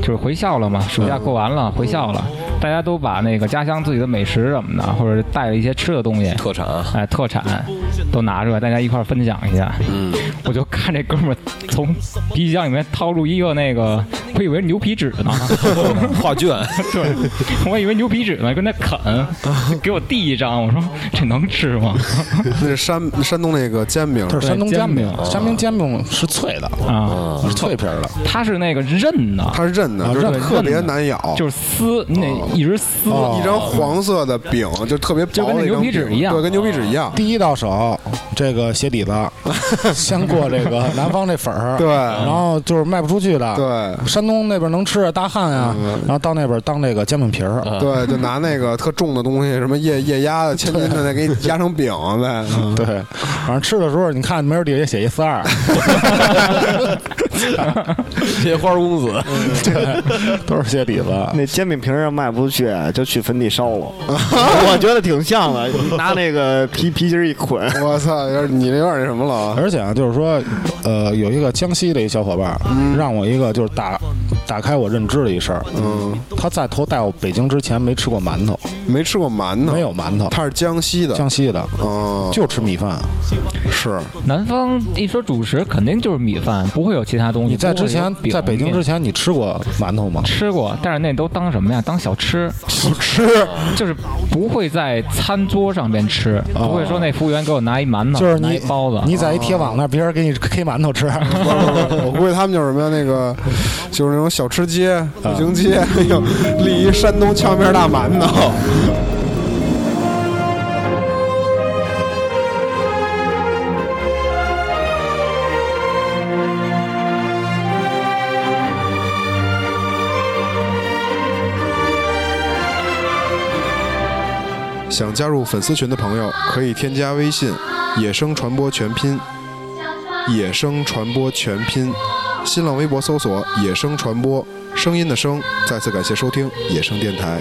Speaker 1: 就是回校了嘛，暑假过完了回校了，大家都把那个家乡自己的美食什么的，或者带了一些吃的东西，
Speaker 3: 特产啊，
Speaker 1: 哎，特产都拿出来，大家一块儿分享一下。
Speaker 3: 嗯，
Speaker 1: 我就看这哥们儿从皮箱里面掏出一个那个，我以为是牛皮纸呢，
Speaker 3: 画卷，
Speaker 1: 对，我以为牛皮纸呢，跟他啃，就给我递一张，我说这能吃吗？
Speaker 5: 那是山山东那个煎饼，
Speaker 2: 这是山东
Speaker 1: 煎
Speaker 2: 煎饼
Speaker 1: 饼，
Speaker 2: 山东煎饼是脆的，
Speaker 1: 啊，
Speaker 2: 是脆皮儿的。
Speaker 1: 它是那个韧的，
Speaker 5: 它是韧的，
Speaker 2: 啊
Speaker 5: 就是
Speaker 2: 韧啊
Speaker 5: 特别
Speaker 1: 韧的
Speaker 5: 难咬，
Speaker 1: 就是撕，你得一直撕。
Speaker 5: 哦一张黄色的饼，就特别薄
Speaker 1: 就跟
Speaker 5: 的
Speaker 1: 那
Speaker 5: 一张
Speaker 1: 牛皮纸
Speaker 5: 饼
Speaker 1: 一样
Speaker 5: 对，跟牛皮纸一样。
Speaker 2: 第一到手，这个鞋底子，先过这个南方这粉儿，
Speaker 5: 对
Speaker 2: 然后就是卖不出去的，
Speaker 5: 对
Speaker 2: 山东那边能吃大汉呀，然后到那边当这个煎饼皮儿，
Speaker 1: 啊
Speaker 5: 对，就拿那个特重的东西，什么液液压的、千斤的，再给你压成饼呗。嗯
Speaker 2: 对，反正吃的时候你看没准底下也写一四二，
Speaker 3: 贴花公子，
Speaker 2: 都是鞋底子。
Speaker 4: 那煎饼皮儿要卖不出去，就去坟地烧了。我觉得挺像的，拿那个皮皮筋儿一捆，
Speaker 5: 我操，有点你这有点那什么了啊？
Speaker 2: 而且啊，就是说，呃，有一个江西的一小伙伴儿，让我一个就是打打开我认知的一事儿。嗯，他在头带我北京之前没吃过馒头，
Speaker 5: 没吃过馒头，
Speaker 2: 没有馒头，
Speaker 5: 嗯他是江西的，
Speaker 2: 江西的
Speaker 5: 哦，
Speaker 2: 就吃米饭。啊
Speaker 5: 是
Speaker 1: 南方一说主食，肯定就是米饭，不会有其他东西。
Speaker 2: 你在
Speaker 1: 不会
Speaker 2: 之
Speaker 1: 有
Speaker 2: 前
Speaker 1: 饼
Speaker 2: 在北京之
Speaker 1: 面
Speaker 2: 前，你吃过馒头吗？
Speaker 1: 吃过，但是那都当什么呀？当小吃，
Speaker 5: 小吃，
Speaker 1: 就是不会在餐桌上边吃，不会说那服务员给我拿一馒头，
Speaker 2: 哦就是
Speaker 1: 拿
Speaker 2: 你
Speaker 1: 一包子，啊
Speaker 2: 你在一铁网那儿，别人给你 K 馒 头吃。
Speaker 5: 不是不是 不是我估计他们就是什么呀？那个就是那种小吃街、步行街，哎呦，立一山东戗面大馒头。想加入粉丝群的朋友，可以添加微信“野生传播全拼”，野生传播全拼，新浪微博搜索“野生传播”，声音的声。再次感谢收听野生电台。